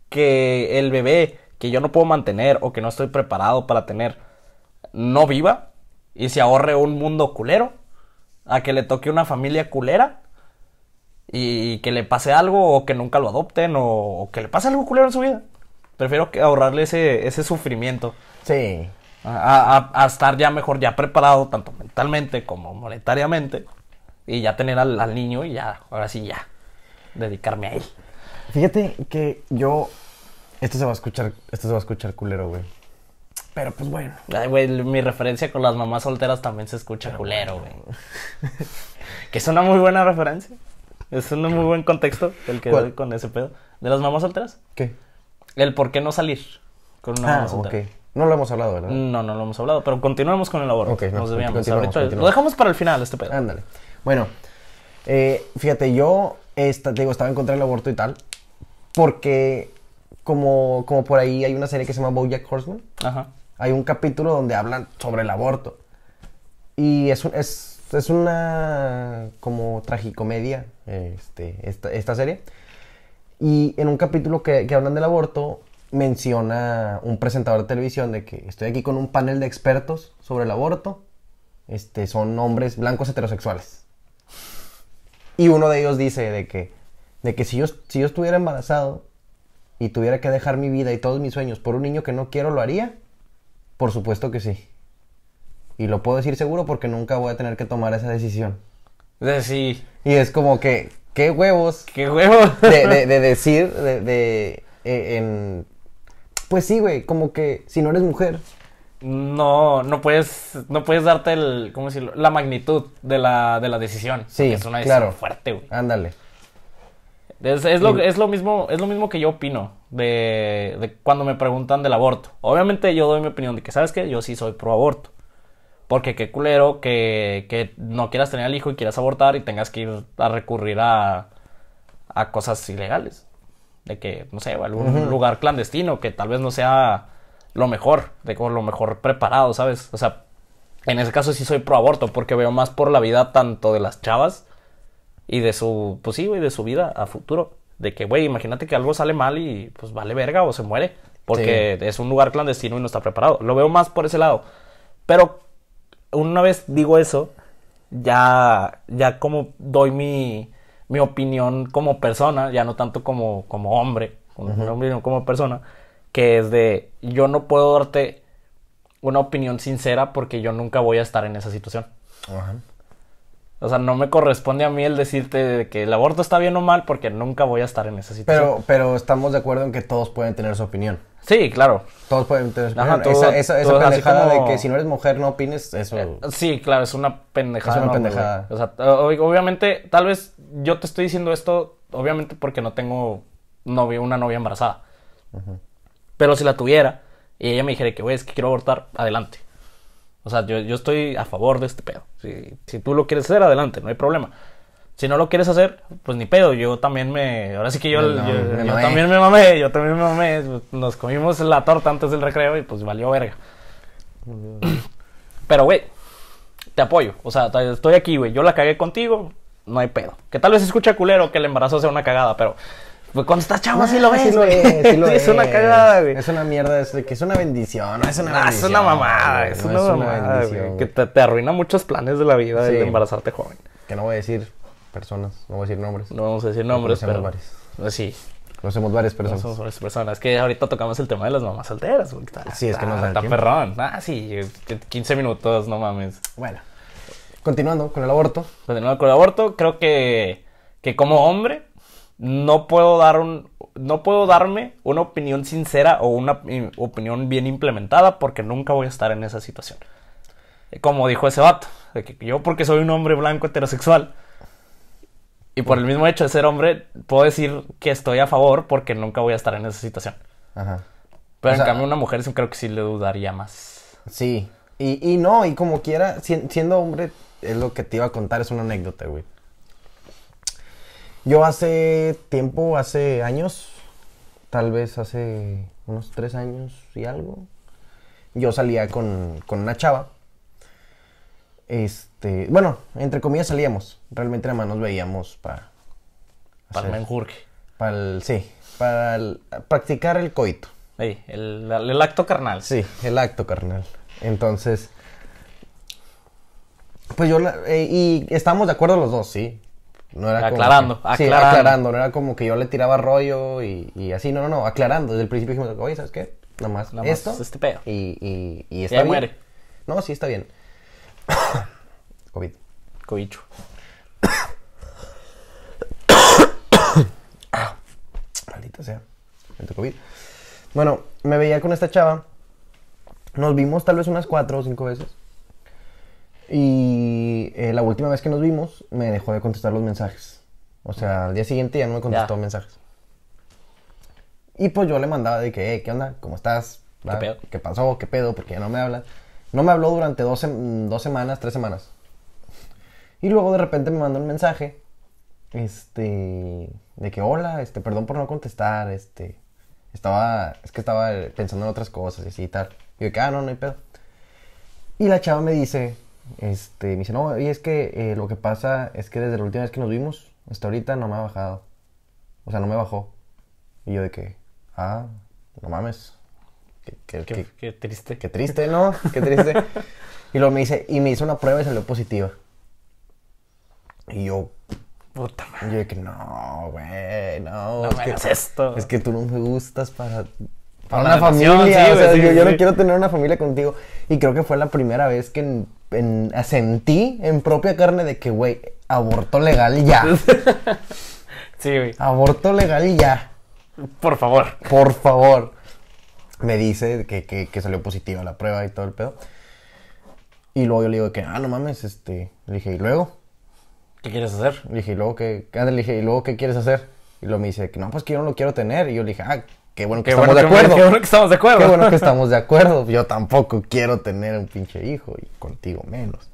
Speaker 1: que el bebé que yo no puedo mantener o que no estoy preparado para tener no viva y se ahorre un mundo culero a que le toque una familia culera y, que le pase algo o que nunca lo adopten o, o que le pase algo culero en su vida. Prefiero que ahorrarle ese, ese sufrimiento.
Speaker 2: Sí.
Speaker 1: A, a- a estar ya mejor, ya preparado, tanto mentalmente como monetariamente. Y ya tener al, al niño y ya, ahora sí ya, dedicarme a él.
Speaker 2: Fíjate que yo. Esto se va a escuchar, esto se va a escuchar culero, güey. Pero pues bueno.
Speaker 1: Ay, güey, mi referencia con las mamás solteras también se escucha culero, güey. que es una muy buena referencia. Es un muy buen contexto el que
Speaker 2: ¿Cuál?
Speaker 1: doy con ese pedo. ¿De las mamás solteras?
Speaker 2: ¿Qué?
Speaker 1: El por qué no salir con una
Speaker 2: ah,
Speaker 1: mamá
Speaker 2: ok.
Speaker 1: soltera.
Speaker 2: No lo hemos hablado, ¿verdad?
Speaker 1: No, no lo hemos hablado, pero continuemos con el aborto.
Speaker 2: Ok, no,
Speaker 1: Nos debíamos.
Speaker 2: continuamos,
Speaker 1: Ahorita- Lo
Speaker 2: continuamos.
Speaker 1: dejamos para el final, este pedo.
Speaker 2: Ándale. Bueno, eh, fíjate, yo esta- te digo, estaba en contra del aborto y tal, porque como, como por ahí hay una serie que se llama Bojack Horseman,
Speaker 1: Ajá.
Speaker 2: hay un capítulo donde hablan sobre el aborto. Y es, un- es, es una como tragicomedia este, esta, esta serie. Y en un capítulo que, que hablan del aborto, menciona un presentador de televisión de que estoy aquí con un panel de expertos sobre el aborto. Este, son hombres blancos heterosexuales. Y uno de ellos dice de que, de que si, yo, si yo estuviera embarazado y tuviera que dejar mi vida y todos mis sueños por un niño que no quiero, ¿lo haría? Por supuesto que sí. Y lo puedo decir seguro porque nunca voy a tener que tomar esa decisión.
Speaker 1: Eh, Sí,
Speaker 2: Y es como que, qué huevos
Speaker 1: qué huevo.
Speaker 2: de, de- de decir, de, de, eh, en... Pues sí, güey, como que si no eres mujer,
Speaker 1: No, no puedes, no puedes darte el, ¿cómo decirlo? La magnitud de la, de la decisión.
Speaker 2: Sí,
Speaker 1: porque es una decisión
Speaker 2: claro.
Speaker 1: fuerte, güey.
Speaker 2: ándale.
Speaker 1: Es, es lo, es lo mismo, es lo mismo que yo opino de, de cuando me preguntan del aborto. Obviamente yo doy mi opinión de que, ¿sabes qué? Yo sí soy pro aborto. Porque qué culero que, que no quieras tener al hijo y quieras abortar y tengas que ir a recurrir a, a cosas ilegales. De que, no sé, algún lugar clandestino que tal vez no sea lo mejor, de como lo mejor preparado, ¿sabes? O sea, en ese caso sí soy pro aborto porque veo más por la vida tanto de las chavas y de su, pues sí, güey, de su vida a futuro. De que, güey, imagínate que algo sale mal y pues vale verga o se muere. Porque es un lugar clandestino y no está preparado. Lo veo más por ese lado. Pero una vez digo eso, ya, ya como doy mi, mi opinión como persona, ya no tanto como, como hombre, como hombre, no como persona, que es de yo no puedo darte una opinión sincera porque yo nunca voy a estar en esa situación.
Speaker 2: Ajá.
Speaker 1: O sea, no me corresponde a mí el decirte de que el aborto está bien o mal porque nunca voy a estar en esa situación.
Speaker 2: Pero, pero estamos de acuerdo en que todos pueden tener su opinión.
Speaker 1: Sí, claro.
Speaker 2: Todos pueden tener su
Speaker 1: Ajá,
Speaker 2: opinión.
Speaker 1: todo-
Speaker 2: esa esa, esa
Speaker 1: todo es así
Speaker 2: pendejada
Speaker 1: como-
Speaker 2: de que si no eres mujer no opines, eso.
Speaker 1: Eh, Sí, claro, es una pendejada.
Speaker 2: Es una
Speaker 1: ¿no, güey?
Speaker 2: pendejada.
Speaker 1: O sea, o- obviamente, tal vez yo te estoy diciendo esto, obviamente porque no tengo novio, una novia embarazada. Pero si la tuviera y ella me dijera que, güey, es que quiero abortar, adelante. O sea, yo, yo estoy a favor de este pedo. Si, si tú lo quieres hacer, adelante, no hay problema. Si no lo quieres hacer, pues ni pedo. Yo también me. Ahora sí que yo,
Speaker 2: No,
Speaker 1: yo-
Speaker 2: me
Speaker 1: yo
Speaker 2: mamé.
Speaker 1: también me mamé, yo también me mamé. Nos comimos la torta antes del recreo y pues valió verga. Pero, güey, te apoyo. O sea, t- estoy aquí, güey. Yo la cagué contigo, no hay pedo. Que tal vez se escucha culero que el embarazo sea una cagada, pero güey, cuando estás chavo sí lo
Speaker 2: Ah,
Speaker 1: ves.
Speaker 2: sí lo
Speaker 1: güey.
Speaker 2: es, sí lo
Speaker 1: Sí, es una
Speaker 2: es.
Speaker 1: cagada, güey.
Speaker 2: Es una mierda, es de que es una bendición, no es una
Speaker 1: Ah, es una
Speaker 2: bendición,
Speaker 1: mamada,
Speaker 2: güey,
Speaker 1: es
Speaker 2: no
Speaker 1: una mamada,
Speaker 2: bendición,
Speaker 1: güey.
Speaker 2: güey.
Speaker 1: Que te, te arruina muchos planes de la vida el
Speaker 2: Sí.
Speaker 1: embarazarte joven.
Speaker 2: Que no voy a decir personas, no voy a decir nombres.
Speaker 1: No vamos a decir nombres,
Speaker 2: conocemos
Speaker 1: pero...
Speaker 2: varias.
Speaker 1: Pues Sí,
Speaker 2: Conocemos varias personas.
Speaker 1: somos varias personas. Es que ahorita tocamos el tema de las mamás solteras. güey, Está,
Speaker 2: Sí, es
Speaker 1: está-
Speaker 2: que nos da el
Speaker 1: Está
Speaker 2: tiempo.
Speaker 1: perrón. Ah, sí, 15 minutos, no mames.
Speaker 2: Bueno, continuando con el aborto.
Speaker 1: Continuando con el aborto, creo que, que como hombre no puedo dar un no puedo darme una opinión sincera o una i- opinión bien implementada porque nunca voy a estar en esa situación. Eh, Como dijo ese vato, de que yo porque soy un hombre blanco heterosexual y por el mismo hecho de ser hombre puedo decir que estoy a favor porque nunca voy a estar en esa situación.
Speaker 2: Ajá.
Speaker 1: Pero
Speaker 2: O
Speaker 1: en
Speaker 2: sea-
Speaker 1: cambio una mujer sí creo que sí le dudaría más.
Speaker 2: Sí. Y, y no, y como quiera, si- siendo hombre, es lo que te iba a contar, es una anécdota, güey. Yo hace tiempo, hace años, tal vez hace unos tres años y algo, yo salía con, con una chava. Este, bueno, entre comillas salíamos. Realmente nada más nos veíamos para
Speaker 1: Para el menjurje.
Speaker 2: sí, para el- practicar el coito.
Speaker 1: Ey, el, el acto carnal.
Speaker 2: Sí, el acto, carnal. Entonces, pues yo, la- eh, y estamos de acuerdo los dos, sí. No era como
Speaker 1: Aclarando,
Speaker 2: que- sí,
Speaker 1: aclarando.
Speaker 2: aclarando, no era como que yo le tiraba rollo y, y así, no, no, no, aclarando. Desde el principio dijimos, oye, ¿sabes qué? Nada más
Speaker 1: Nada más
Speaker 2: esto.
Speaker 1: este pedo.
Speaker 2: Y, y, y
Speaker 1: ahí
Speaker 2: está bien.
Speaker 1: muere.
Speaker 2: No, sí, está bien. COVID.
Speaker 1: Cobicho.
Speaker 2: Maldita sea. Maldito COVID. Bueno, me veía con esta chava. Nos vimos tal vez unas cuatro o cinco veces. Y eh, la última vez que nos vimos, me dejó de contestar los mensajes. O sea, al día siguiente ya no me contestó
Speaker 1: Ya.
Speaker 2: mensajes. Y pues yo le mandaba de que, "Eh, ¿qué onda? ¿Cómo estás? ¿Va?
Speaker 1: pedo?
Speaker 2: ¿Qué pasó? ¿Qué pedo? Porque ya no me habla. No me habló durante dos, sem- dos semanas, tres semanas. Y luego de repente me mandó un mensaje. Este. De que, hola, este, perdón por no contestar, este. Estaba. Es que estaba eh, pensando en otras cosas y así y tal. Y yo de que, ah, no, no hay pedo. Y la chava me dice, este, me dice, no, y es que eh, lo que pasa es que desde la última vez que nos vimos, hasta ahorita no me ha bajado. O sea, no me bajó. Y yo de que, ah, no mames. Qué, qué-
Speaker 1: Qué,
Speaker 2: qué-
Speaker 1: qué triste.
Speaker 2: qué triste, ¿no? Qué triste. y luego me dice, y me hizo una prueba y salió positiva. Y yo,
Speaker 1: Puta madre.
Speaker 2: yo de que, no, güey, no.
Speaker 1: No me hagas
Speaker 2: que,
Speaker 1: esto.
Speaker 2: Es que tú no me gustas para,
Speaker 1: Para
Speaker 2: para
Speaker 1: la
Speaker 2: una
Speaker 1: nación,
Speaker 2: familia.
Speaker 1: sí,
Speaker 2: o
Speaker 1: güey,
Speaker 2: sea,
Speaker 1: sí,
Speaker 2: yo, yo
Speaker 1: sí.
Speaker 2: no quiero tener una familia contigo. Y creo que fue la primera vez que en- en- sentí en propia carne de que, güey, aborto legal ya.
Speaker 1: Sí, güey.
Speaker 2: aborto legal ya.
Speaker 1: Por favor.
Speaker 2: Por favor. Me dice que, que- que salió positiva la prueba y todo el pedo. Y luego yo le digo que, ah, no mames, este. Le dije, ¿y luego?
Speaker 1: ¿Qué quieres hacer?
Speaker 2: Le dije, ¿y luego qué? Ándale, le dije, ¿y luego qué quieres hacer? Y luego me dice, que no, pues que yo no lo quiero tener. Y yo le dije, ah, qué bueno
Speaker 1: Qué
Speaker 2: que estamos
Speaker 1: bueno, que,
Speaker 2: de acuerdo.
Speaker 1: qué bueno que estamos de acuerdo.
Speaker 2: Qué bueno que estamos de acuerdo. Yo tampoco quiero tener un pinche hijo y contigo menos.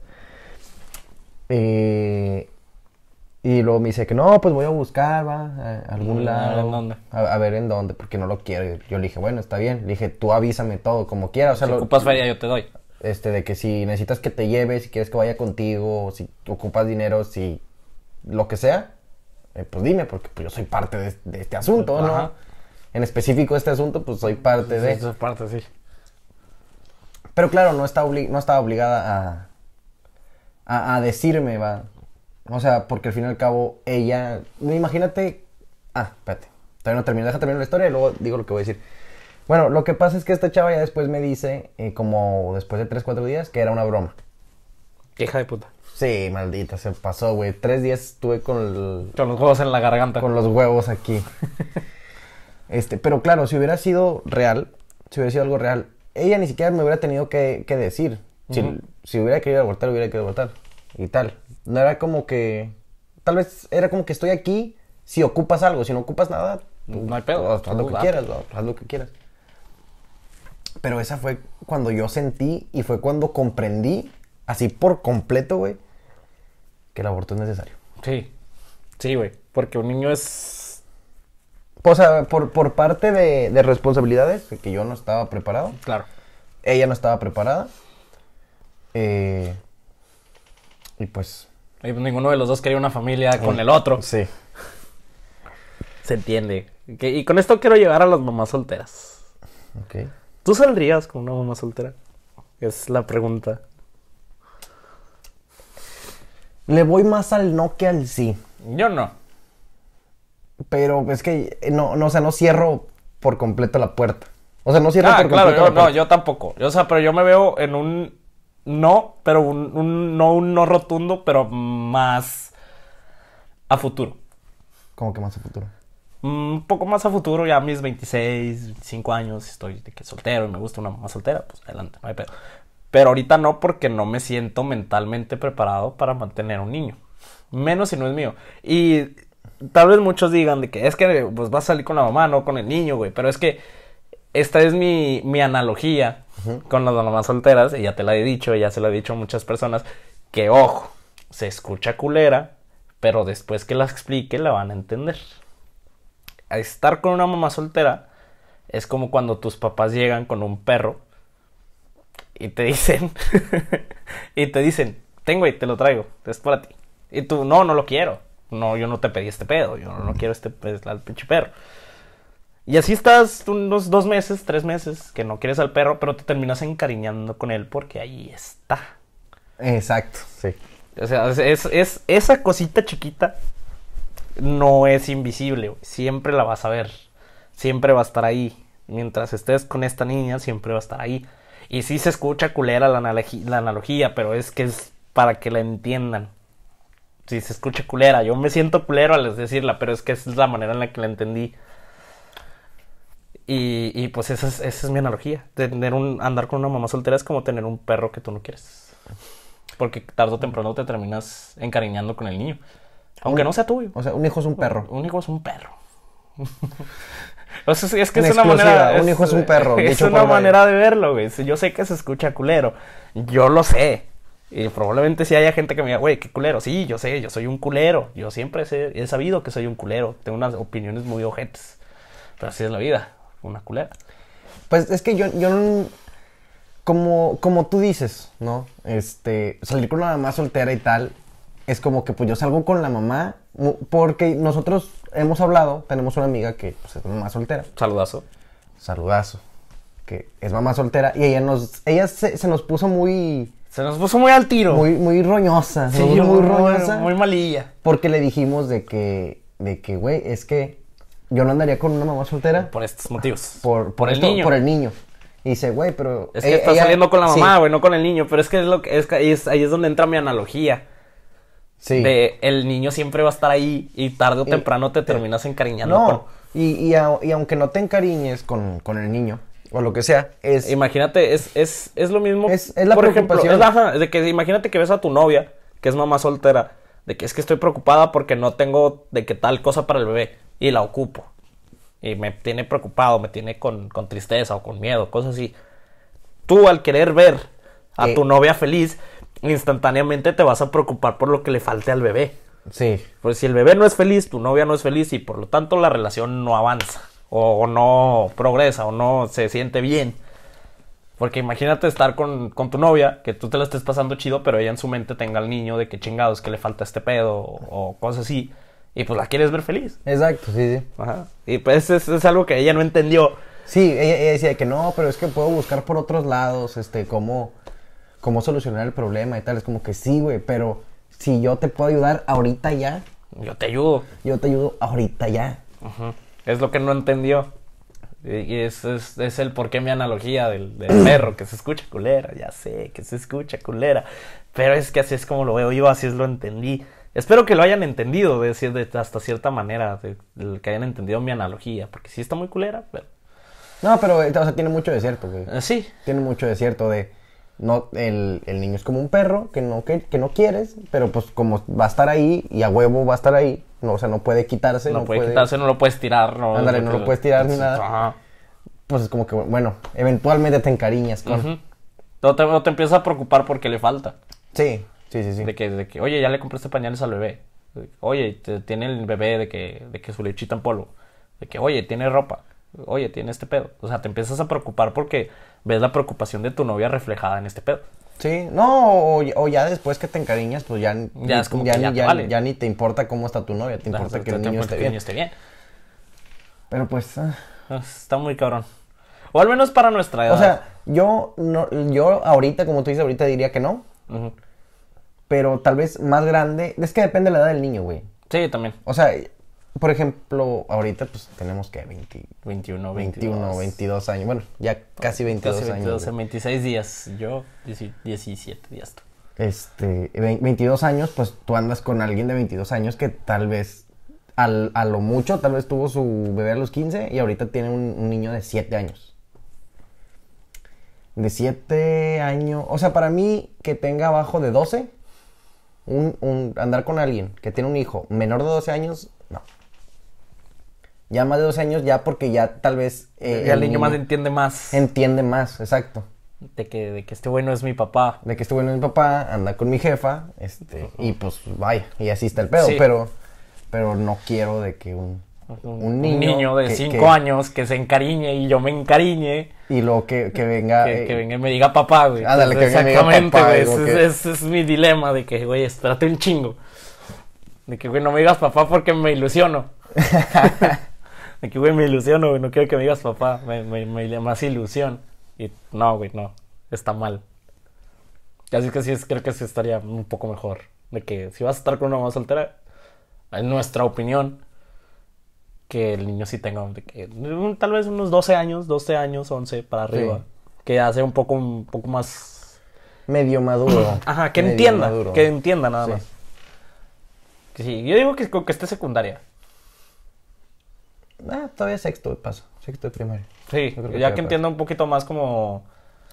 Speaker 2: Eh, y luego me dice que no, pues voy a buscar, va, a a algún
Speaker 1: Mm, a ver
Speaker 2: lado.
Speaker 1: en dónde.
Speaker 2: A, a ver en dónde, porque no lo quiero. Y Yo le dije, bueno, está bien. Le dije, tú avísame todo, como quieras. O sea,
Speaker 1: Si
Speaker 2: lo-
Speaker 1: ocupas feria, yo te doy.
Speaker 2: este, de que si necesitas que te lleve, si quieres que vaya contigo, o si ocupas dinero, si lo que sea, eh, pues dime, porque pues, yo soy parte de, de este asunto, ¿no?
Speaker 1: Ajá.
Speaker 2: en específico este asunto, pues soy parte de.
Speaker 1: Esa parte, sí.
Speaker 2: Pero claro, no, está obli- no estaba obligada a, a, a decirme, va. O sea, porque al fin y al cabo, ella. Imagínate. Ah, espérate. Todavía no termino. Deja terminar la historia y luego digo lo que voy a decir. Bueno, lo que pasa es que esta chava ya después me dice, eh, como después de 3-4 días, que era una broma.
Speaker 1: Hija de puta.
Speaker 2: Sí, maldita, se pasó, güey. Tres días estuve con el,
Speaker 1: Con los juegos en la garganta.
Speaker 2: con los huevos aquí. Este, pero claro, si hubiera sido real, si hubiera sido algo real, ella ni siquiera me hubiera tenido que, que decir. Si, si hubiera querido abortar, hubiera querido abortar. Y tal. No era como que. Tal vez era como que estoy aquí si ocupas algo. Si no ocupas nada, tú-
Speaker 1: No hay pedo,
Speaker 2: Haz,
Speaker 1: tú
Speaker 2: haz lo que
Speaker 1: date.
Speaker 2: quieras, lo- haz lo que quieras. Pero esa fue cuando yo sentí y fue cuando comprendí, así por completo, güey, que el aborto es necesario.
Speaker 1: Sí. Sí, güey. Porque un niño es.
Speaker 2: O sea, pues, por, por parte de, de responsabilidades, que yo no estaba preparado,
Speaker 1: Claro.
Speaker 2: ella no estaba preparada. eh, y pues,
Speaker 1: Y pues ninguno de los dos quería una familia con el otro.
Speaker 2: sí.
Speaker 3: Se entiende. Que- y con esto quiero llegar a las mamás solteras.
Speaker 2: Ok.
Speaker 3: ¿Tú saldrías con una mamá soltera? Es la pregunta.
Speaker 2: Le voy más al no que al sí.
Speaker 1: Yo no.
Speaker 2: Pero es que eh, no, no, o sea, no cierro por completo la puerta. O sea, no cierro
Speaker 1: Ah,
Speaker 2: por completo
Speaker 1: claro, yo,
Speaker 2: la puerta.
Speaker 1: no, yo tampoco. Yo, o sea, pero yo me veo en un no, pero un, un no, un no rotundo, pero más a futuro.
Speaker 2: Como que más a futuro.
Speaker 1: Un Mm, poco más a futuro, ya a mis 26, 25 años, estoy de que soltero y me gusta una mamá soltera, pues adelante, no hay pedo. Pero ahorita no, porque no me siento mentalmente preparado para mantener un niño. Menos si no es mío. Y tal vez muchos digan de que es que pues, vas a salir con la mamá, no con el niño, güey. Pero es que esta es mi, mi analogía con las mamás solteras. Y ya te la he dicho, ya se la he dicho a muchas personas. Que ojo, se escucha culera, pero después que la explique la van a entender a estar con una mamá soltera es como cuando tus papás llegan con un perro y te dicen, y te dicen, tengo y te lo traigo, es para ti. Y tú, no, no lo quiero. No, yo no te pedí este pedo, yo no quiero este pues, al pinche perro. Y así estás unos dos meses, tres meses, que no quieres al perro, pero te terminas encariñando con él porque ahí está.
Speaker 2: Exacto, sí.
Speaker 1: O sea, es, es- es- esa cosita chiquita no es invisible, güey. siempre la vas a ver, siempre va a estar ahí. Mientras estés con esta niña, siempre va a estar ahí. Y sí se escucha culera la, analogi- la analogía, pero es que es para que la entiendan. Sí se escucha culera, yo me siento culero al decirla, pero es que esa es la manera en la que la entendí. Y, y pues esa es, esa es mi analogía. Tener un, andar con una mamá soltera es como tener un perro que tú no quieres. Porque tarde o temprano te terminas encariñando con el niño. Aunque no sea tuyo.
Speaker 2: O sea, un hijo es un perro.
Speaker 1: Un hijo es un perro. O sea, es- es que
Speaker 2: En
Speaker 1: es una
Speaker 2: exclusiva,
Speaker 1: manera.
Speaker 2: un hijo es un perro,
Speaker 1: Es
Speaker 2: dicho
Speaker 1: una
Speaker 2: por Mario.
Speaker 1: manera de verlo, güey. Si Yo sé que se escucha culero. Yo lo sé. Y probablemente si haya gente que me diga, güey, qué culero. Sí, yo sé, yo soy un culero. Yo siempre sé- he sabido que soy un culero. Tengo unas opiniones muy ojetes. Pero así es la vida. Una culera.
Speaker 2: Pues es que yo, yo no- como, como tú dices, ¿no? Este, salir con la mamá soltera y tal, es como que pues yo salgo con la mamá, mu- porque nosotros hemos hablado, tenemos una amiga que pues, es mamá soltera,
Speaker 1: Saludazo.
Speaker 2: saludazo, que es mamá soltera, y ella nos, ella se, se nos puso muy,
Speaker 1: Se nos puso muy al tiro.
Speaker 2: muy, muy roñosa, se
Speaker 1: Sí,
Speaker 2: nos puso muy roñosa,
Speaker 1: muy malilla.
Speaker 2: porque le dijimos de que, de que, güey, es que yo no andaría con una mamá soltera
Speaker 1: Por estos motivos.
Speaker 2: por, por, esto- por el niño. Y dice, güey, pero...
Speaker 1: Es que
Speaker 2: e-
Speaker 1: está
Speaker 2: ella-
Speaker 1: saliendo con la
Speaker 2: sí,
Speaker 1: mamá, güey, no con el niño. Pero es que es lo que es, que ahí es- ahí es donde entra mi analogía.
Speaker 2: Sí.
Speaker 1: De el niño siempre va a estar ahí y tarde o
Speaker 2: Y-
Speaker 1: temprano te terminas encariñando.
Speaker 2: No, y, y, a- y aunque no te encariñes con, con el niño, o lo que sea, es...
Speaker 1: con- Imagínate, es, es, es lo mismo.
Speaker 2: Es- es la
Speaker 1: por ejemplo,
Speaker 2: preocupación.
Speaker 1: es la- ajá, de que imagínate que ves a tu novia, que es mamá soltera, de que es que estoy preocupada porque no tengo de que tal cosa para el bebé y la ocupo. Y me tiene preocupado, me tiene con, con tristeza o con miedo, cosas así. tú al querer ver a
Speaker 2: Eh.
Speaker 1: tu novia feliz, instantáneamente te vas a preocupar por lo que le falte al bebé.
Speaker 2: Sí.
Speaker 1: Porque Pues si el bebé no es feliz, tu novia no es feliz y por lo tanto la relación no avanza o, o no progresa o no se siente bien. Porque imagínate estar con, con tu novia, que tú te la estés pasando chido, pero ella en su mente tenga al niño de que chingados, que le falta este pedo o, o cosas así. Y pues la quieres ver feliz.
Speaker 2: Exacto, sí, sí.
Speaker 1: Ajá. Y pues es, es algo que ella no entendió.
Speaker 2: Sí, ella, ella decía que no, pero es que puedo buscar por otros lados, este, cómo, cómo solucionar el problema y tal. Es como que sí, güey, pero si yo te puedo ayudar ahorita ya,
Speaker 1: Yo te ayudo.
Speaker 2: yo te ayudo ahorita ya.
Speaker 1: Ujú. Es lo que no entendió. Y y es, es, es el porqué mi analogía del, del perro, que se escucha culera, ya sé, que se escucha culera. Pero es que así es como lo veo yo, así es lo entendí. Espero que lo hayan entendido de, cier- de- hasta cierta manera, de- de que hayan entendido mi analogía, porque sí está muy culera, pero...
Speaker 2: No, pero, o sea, tiene mucho de cierto, güey.
Speaker 1: eh, sí,
Speaker 2: Tiene mucho de cierto de... No, el, el niño es como un perro que no, que, que no quieres, pero pues como va a estar ahí y a huevo va a estar ahí, no, o sea, no puede quitarse.
Speaker 1: no, puede quitarse, no lo puedes tirar, no...
Speaker 2: Ándale, no lo puedes tirar ni nada.
Speaker 1: Ajá.
Speaker 2: Pues es como que, bueno, eventualmente te encariñas con...
Speaker 1: Ujú. No te, no te empiezas a preocupar porque le falta.
Speaker 2: Sí, sí, sí, sí.
Speaker 1: De que, de que, oye, ya le compraste pañales al bebé. De que, Oye, te- tiene el bebé de que, de que su lechita en polvo. De que, oye, tiene ropa. Oye, tiene este pedo. O sea, te empiezas a preocupar porque ves la preocupación de tu novia reflejada en este pedo.
Speaker 2: Sí, no, o, o ya después que te encariñas, pues ya,
Speaker 1: Ya es como que ya
Speaker 2: ni,
Speaker 1: te vale.
Speaker 2: ya ni te importa cómo está tu novia, te importa
Speaker 1: Te-
Speaker 2: que
Speaker 1: te-
Speaker 2: el
Speaker 1: te
Speaker 2: niño
Speaker 1: importa
Speaker 2: esté
Speaker 1: que el
Speaker 2: bien.
Speaker 1: bien.
Speaker 2: Pero pues, ah,
Speaker 1: Ah, Está muy cabrón. O al menos para nuestra edad.
Speaker 2: o sea, yo, no, yo ahorita, como tú dices, ahorita diría que no,
Speaker 1: Ujú.
Speaker 2: pero tal vez más grande, es que depende de la edad del niño, güey.
Speaker 1: Sí, también.
Speaker 2: O sea, por ejemplo, ahorita pues tenemos que 20,
Speaker 1: 21, 22.
Speaker 2: 21, 22 años, bueno, ya casi 22,
Speaker 1: Casi 22
Speaker 2: años.
Speaker 1: en 26 días. Yo, 10 17 días. tú.
Speaker 2: este, ve- 22 años, pues tú andas con alguien de 22 años que tal vez, al- a lo mucho, tal vez tuvo su bebé a los 15 y ahorita tiene un, un niño de 7 años. De 7 años, o sea, para mí que tenga abajo de 12, un, un- andar con alguien que tiene un hijo menor de 12 años, no. Ya más de 12 años, ya porque ya tal vez... eh,
Speaker 1: Ya el niño más entiende más
Speaker 2: entiende más, exacto
Speaker 1: de que, de que este bueno es mi papá.
Speaker 2: de que este bueno es mi papá, anda con mi jefa, este, y pues vaya, y así está el pedo,
Speaker 1: Sí.
Speaker 2: pero, pero no quiero de que un, un niño,
Speaker 1: de
Speaker 2: que-
Speaker 1: 5
Speaker 2: que-
Speaker 1: años que se encariñe y yo me encariñe,
Speaker 2: y luego que, que venga,
Speaker 1: que,
Speaker 2: eh,
Speaker 1: que venga y me diga papá, güey.
Speaker 2: Ándale, que venga y me diga
Speaker 1: Exactamente,
Speaker 2: papá,
Speaker 1: güey,
Speaker 2: digo
Speaker 1: ese,
Speaker 2: que-
Speaker 1: es- ese es mi dilema de que, güey, espérate un chingo. De que, güey, no me digas papá porque me ilusiono. de que, güey, me ilusiono, güey, no quiero que me digas papá, me, me, me da más ilusión. Y no, güey, no, está mal. Así que sí, es- creo que sí estaría un poco mejor. De que si vas a estar con una mamá soltera, en nuestra opinión, que el niño sí tenga de que, mm, tal vez unos 12 años, 12 años, 11 para
Speaker 2: Sí.
Speaker 1: arriba. Que hace un poco, un poco más...
Speaker 2: medio maduro.
Speaker 1: Ajá, que
Speaker 2: medio
Speaker 1: entienda,
Speaker 2: maduro.
Speaker 1: que entienda nada
Speaker 2: Sí.
Speaker 1: más. Que sí, yo digo que, con que esté secundaria.
Speaker 2: Ah, todavía sexto paso, sexto de primaria.
Speaker 1: Sí,
Speaker 2: Yo creo que
Speaker 1: ya
Speaker 2: sí,
Speaker 1: que entienda un poquito más como...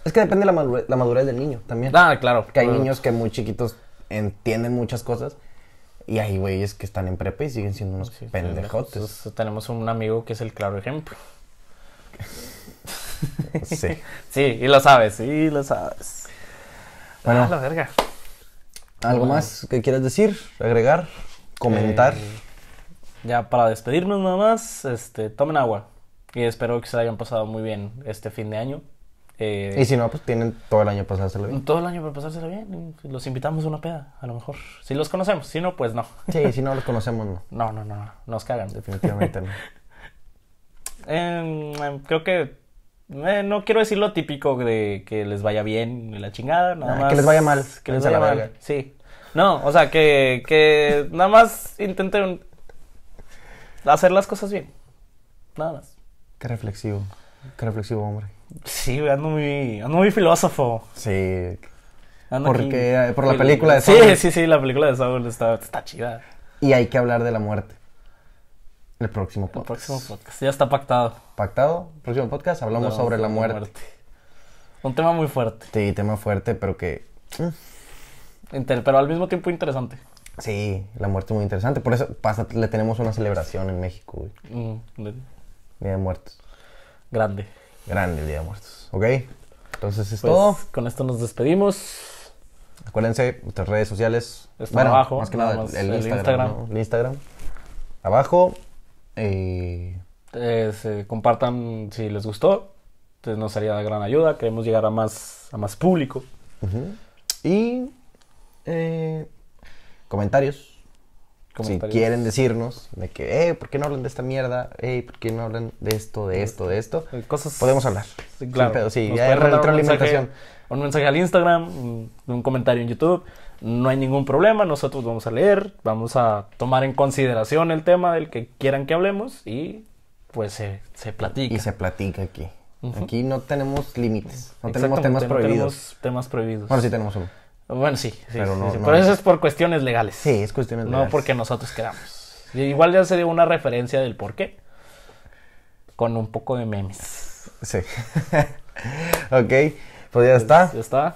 Speaker 2: Es que depende de la madurez, la madurez del niño también.
Speaker 1: Ah, claro.
Speaker 2: Que hay
Speaker 1: claro.
Speaker 2: niños que muy chiquitos entienden muchas cosas, y hay güeyes que están en prepa y siguen siendo unos
Speaker 1: Sí,
Speaker 2: pendejotes.
Speaker 1: Entonces, tenemos un amigo que es el claro ejemplo.
Speaker 2: Sí.
Speaker 1: Sí, y lo sabes, sí, lo sabes.
Speaker 2: Bueno.
Speaker 1: Ah, la verga.
Speaker 2: ¿Algo más que quieras decir, agregar, comentar?
Speaker 1: Ya para despedirnos nada más, este, tomen agua. Y espero que se la hayan pasado muy bien este fin de año. Eh,
Speaker 2: Y si no, pues tienen todo el año para pasárselo bien.
Speaker 1: Todo el año para pasársela bien. y Los invitamos a una peda, a lo mejor. Si los conocemos, si no, pues no.
Speaker 2: Sí, si no los conocemos, no.
Speaker 1: No, no, no, no. Nos cagan.
Speaker 2: Definitivamente no.
Speaker 1: Em, em, creo que eh, no quiero decir lo típico de que les vaya bien y la chingada, nada
Speaker 2: Ah,
Speaker 1: más.
Speaker 2: que les vaya mal,
Speaker 1: Que les
Speaker 2: váyanse a
Speaker 1: vaya
Speaker 2: la
Speaker 1: mal,
Speaker 2: verga.
Speaker 1: sí. No, o sea, que, que nada más intenten hacer las cosas bien. Nada más.
Speaker 2: Qué reflexivo. Qué reflexivo, hombre.
Speaker 1: Sí, güey, ando muy, ando muy filósofo.
Speaker 2: Sí.
Speaker 1: Ando
Speaker 2: Porque,
Speaker 1: aquí-
Speaker 2: eh, por la película de
Speaker 1: Sí,
Speaker 2: Saul.
Speaker 1: sí, sí, la película de Saul está, está chida.
Speaker 2: Y hay que hablar de la muerte. El próximo
Speaker 1: El
Speaker 2: podcast.
Speaker 1: próximo podcast ya está pactado.
Speaker 2: Pactado. Próximo podcast hablamos sobre la muerte.
Speaker 1: Un tema muy fuerte,
Speaker 2: Sí, tema fuerte, pero que.
Speaker 1: inter- pero al mismo tiempo interesante.
Speaker 2: Sí, la muerte es muy interesante. Por eso pasa, le tenemos una celebración en México, güey.
Speaker 1: Mm, de-
Speaker 2: Día de Muertos.
Speaker 1: grande.
Speaker 2: Grande el Día de Muertos. ¿Ok? Entonces es
Speaker 1: Pues,
Speaker 2: todo.
Speaker 1: Con esto nos despedimos.
Speaker 2: Acuérdense, nuestras redes sociales.
Speaker 1: Están abajo,
Speaker 2: Más que
Speaker 1: nada
Speaker 2: nada,
Speaker 1: más
Speaker 2: el,
Speaker 1: el
Speaker 2: Instagram.
Speaker 1: Instagram.
Speaker 2: ¿no? El Instagram. Abajo. eh,
Speaker 1: Eh, se- compartan si les gustó. Entonces nos sería de gran ayuda. Queremos llegar a más, a más público.
Speaker 2: ujú. Y. eh, comentarios. si
Speaker 1: comentarios.
Speaker 2: quieren decirnos de que, eh, ¿por qué no hablan de esta mierda? Eh, ¿por qué no hablan de esto, de esto, de esto?
Speaker 1: Eh, Cosas.
Speaker 2: Podemos hablar.
Speaker 1: Sí, claro.
Speaker 2: Sin pedo, sí,
Speaker 1: Nos
Speaker 2: ya hay
Speaker 1: pueden mandar un
Speaker 2: retroalimentación.
Speaker 1: mensaje- Un mensaje al Instagram, un un comentario en YouTube. No hay ningún problema. Nosotros vamos a leer, vamos a tomar en consideración el tema del que quieran que hablemos y pues se, se platica.
Speaker 2: Y se platica aquí. Aquí no tenemos límites, no tenemos
Speaker 1: Exactamente,
Speaker 2: temas
Speaker 1: no
Speaker 2: prohibidos.
Speaker 1: tenemos temas prohibidos.
Speaker 2: Bueno, sí tenemos uno.
Speaker 1: Bueno, sí, sí,
Speaker 2: Pero
Speaker 1: sí,
Speaker 2: no-
Speaker 1: sí,
Speaker 2: no
Speaker 1: pero eso
Speaker 2: es-
Speaker 1: es por cuestiones legales.
Speaker 2: Sí, es cuestión de
Speaker 1: No porque nosotros queramos. Y Igual ya se dio una referencia del por qué. Con un poco de memes.
Speaker 2: Sí. ok, pues ya está.
Speaker 1: ¿Ya está?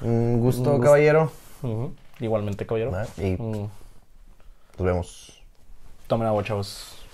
Speaker 2: Un gusto, caballero.
Speaker 1: Ujú. Igualmente, caballero.
Speaker 2: Ah, Y
Speaker 1: Mm.
Speaker 2: nos vemos.
Speaker 1: Tomen agua, chavos.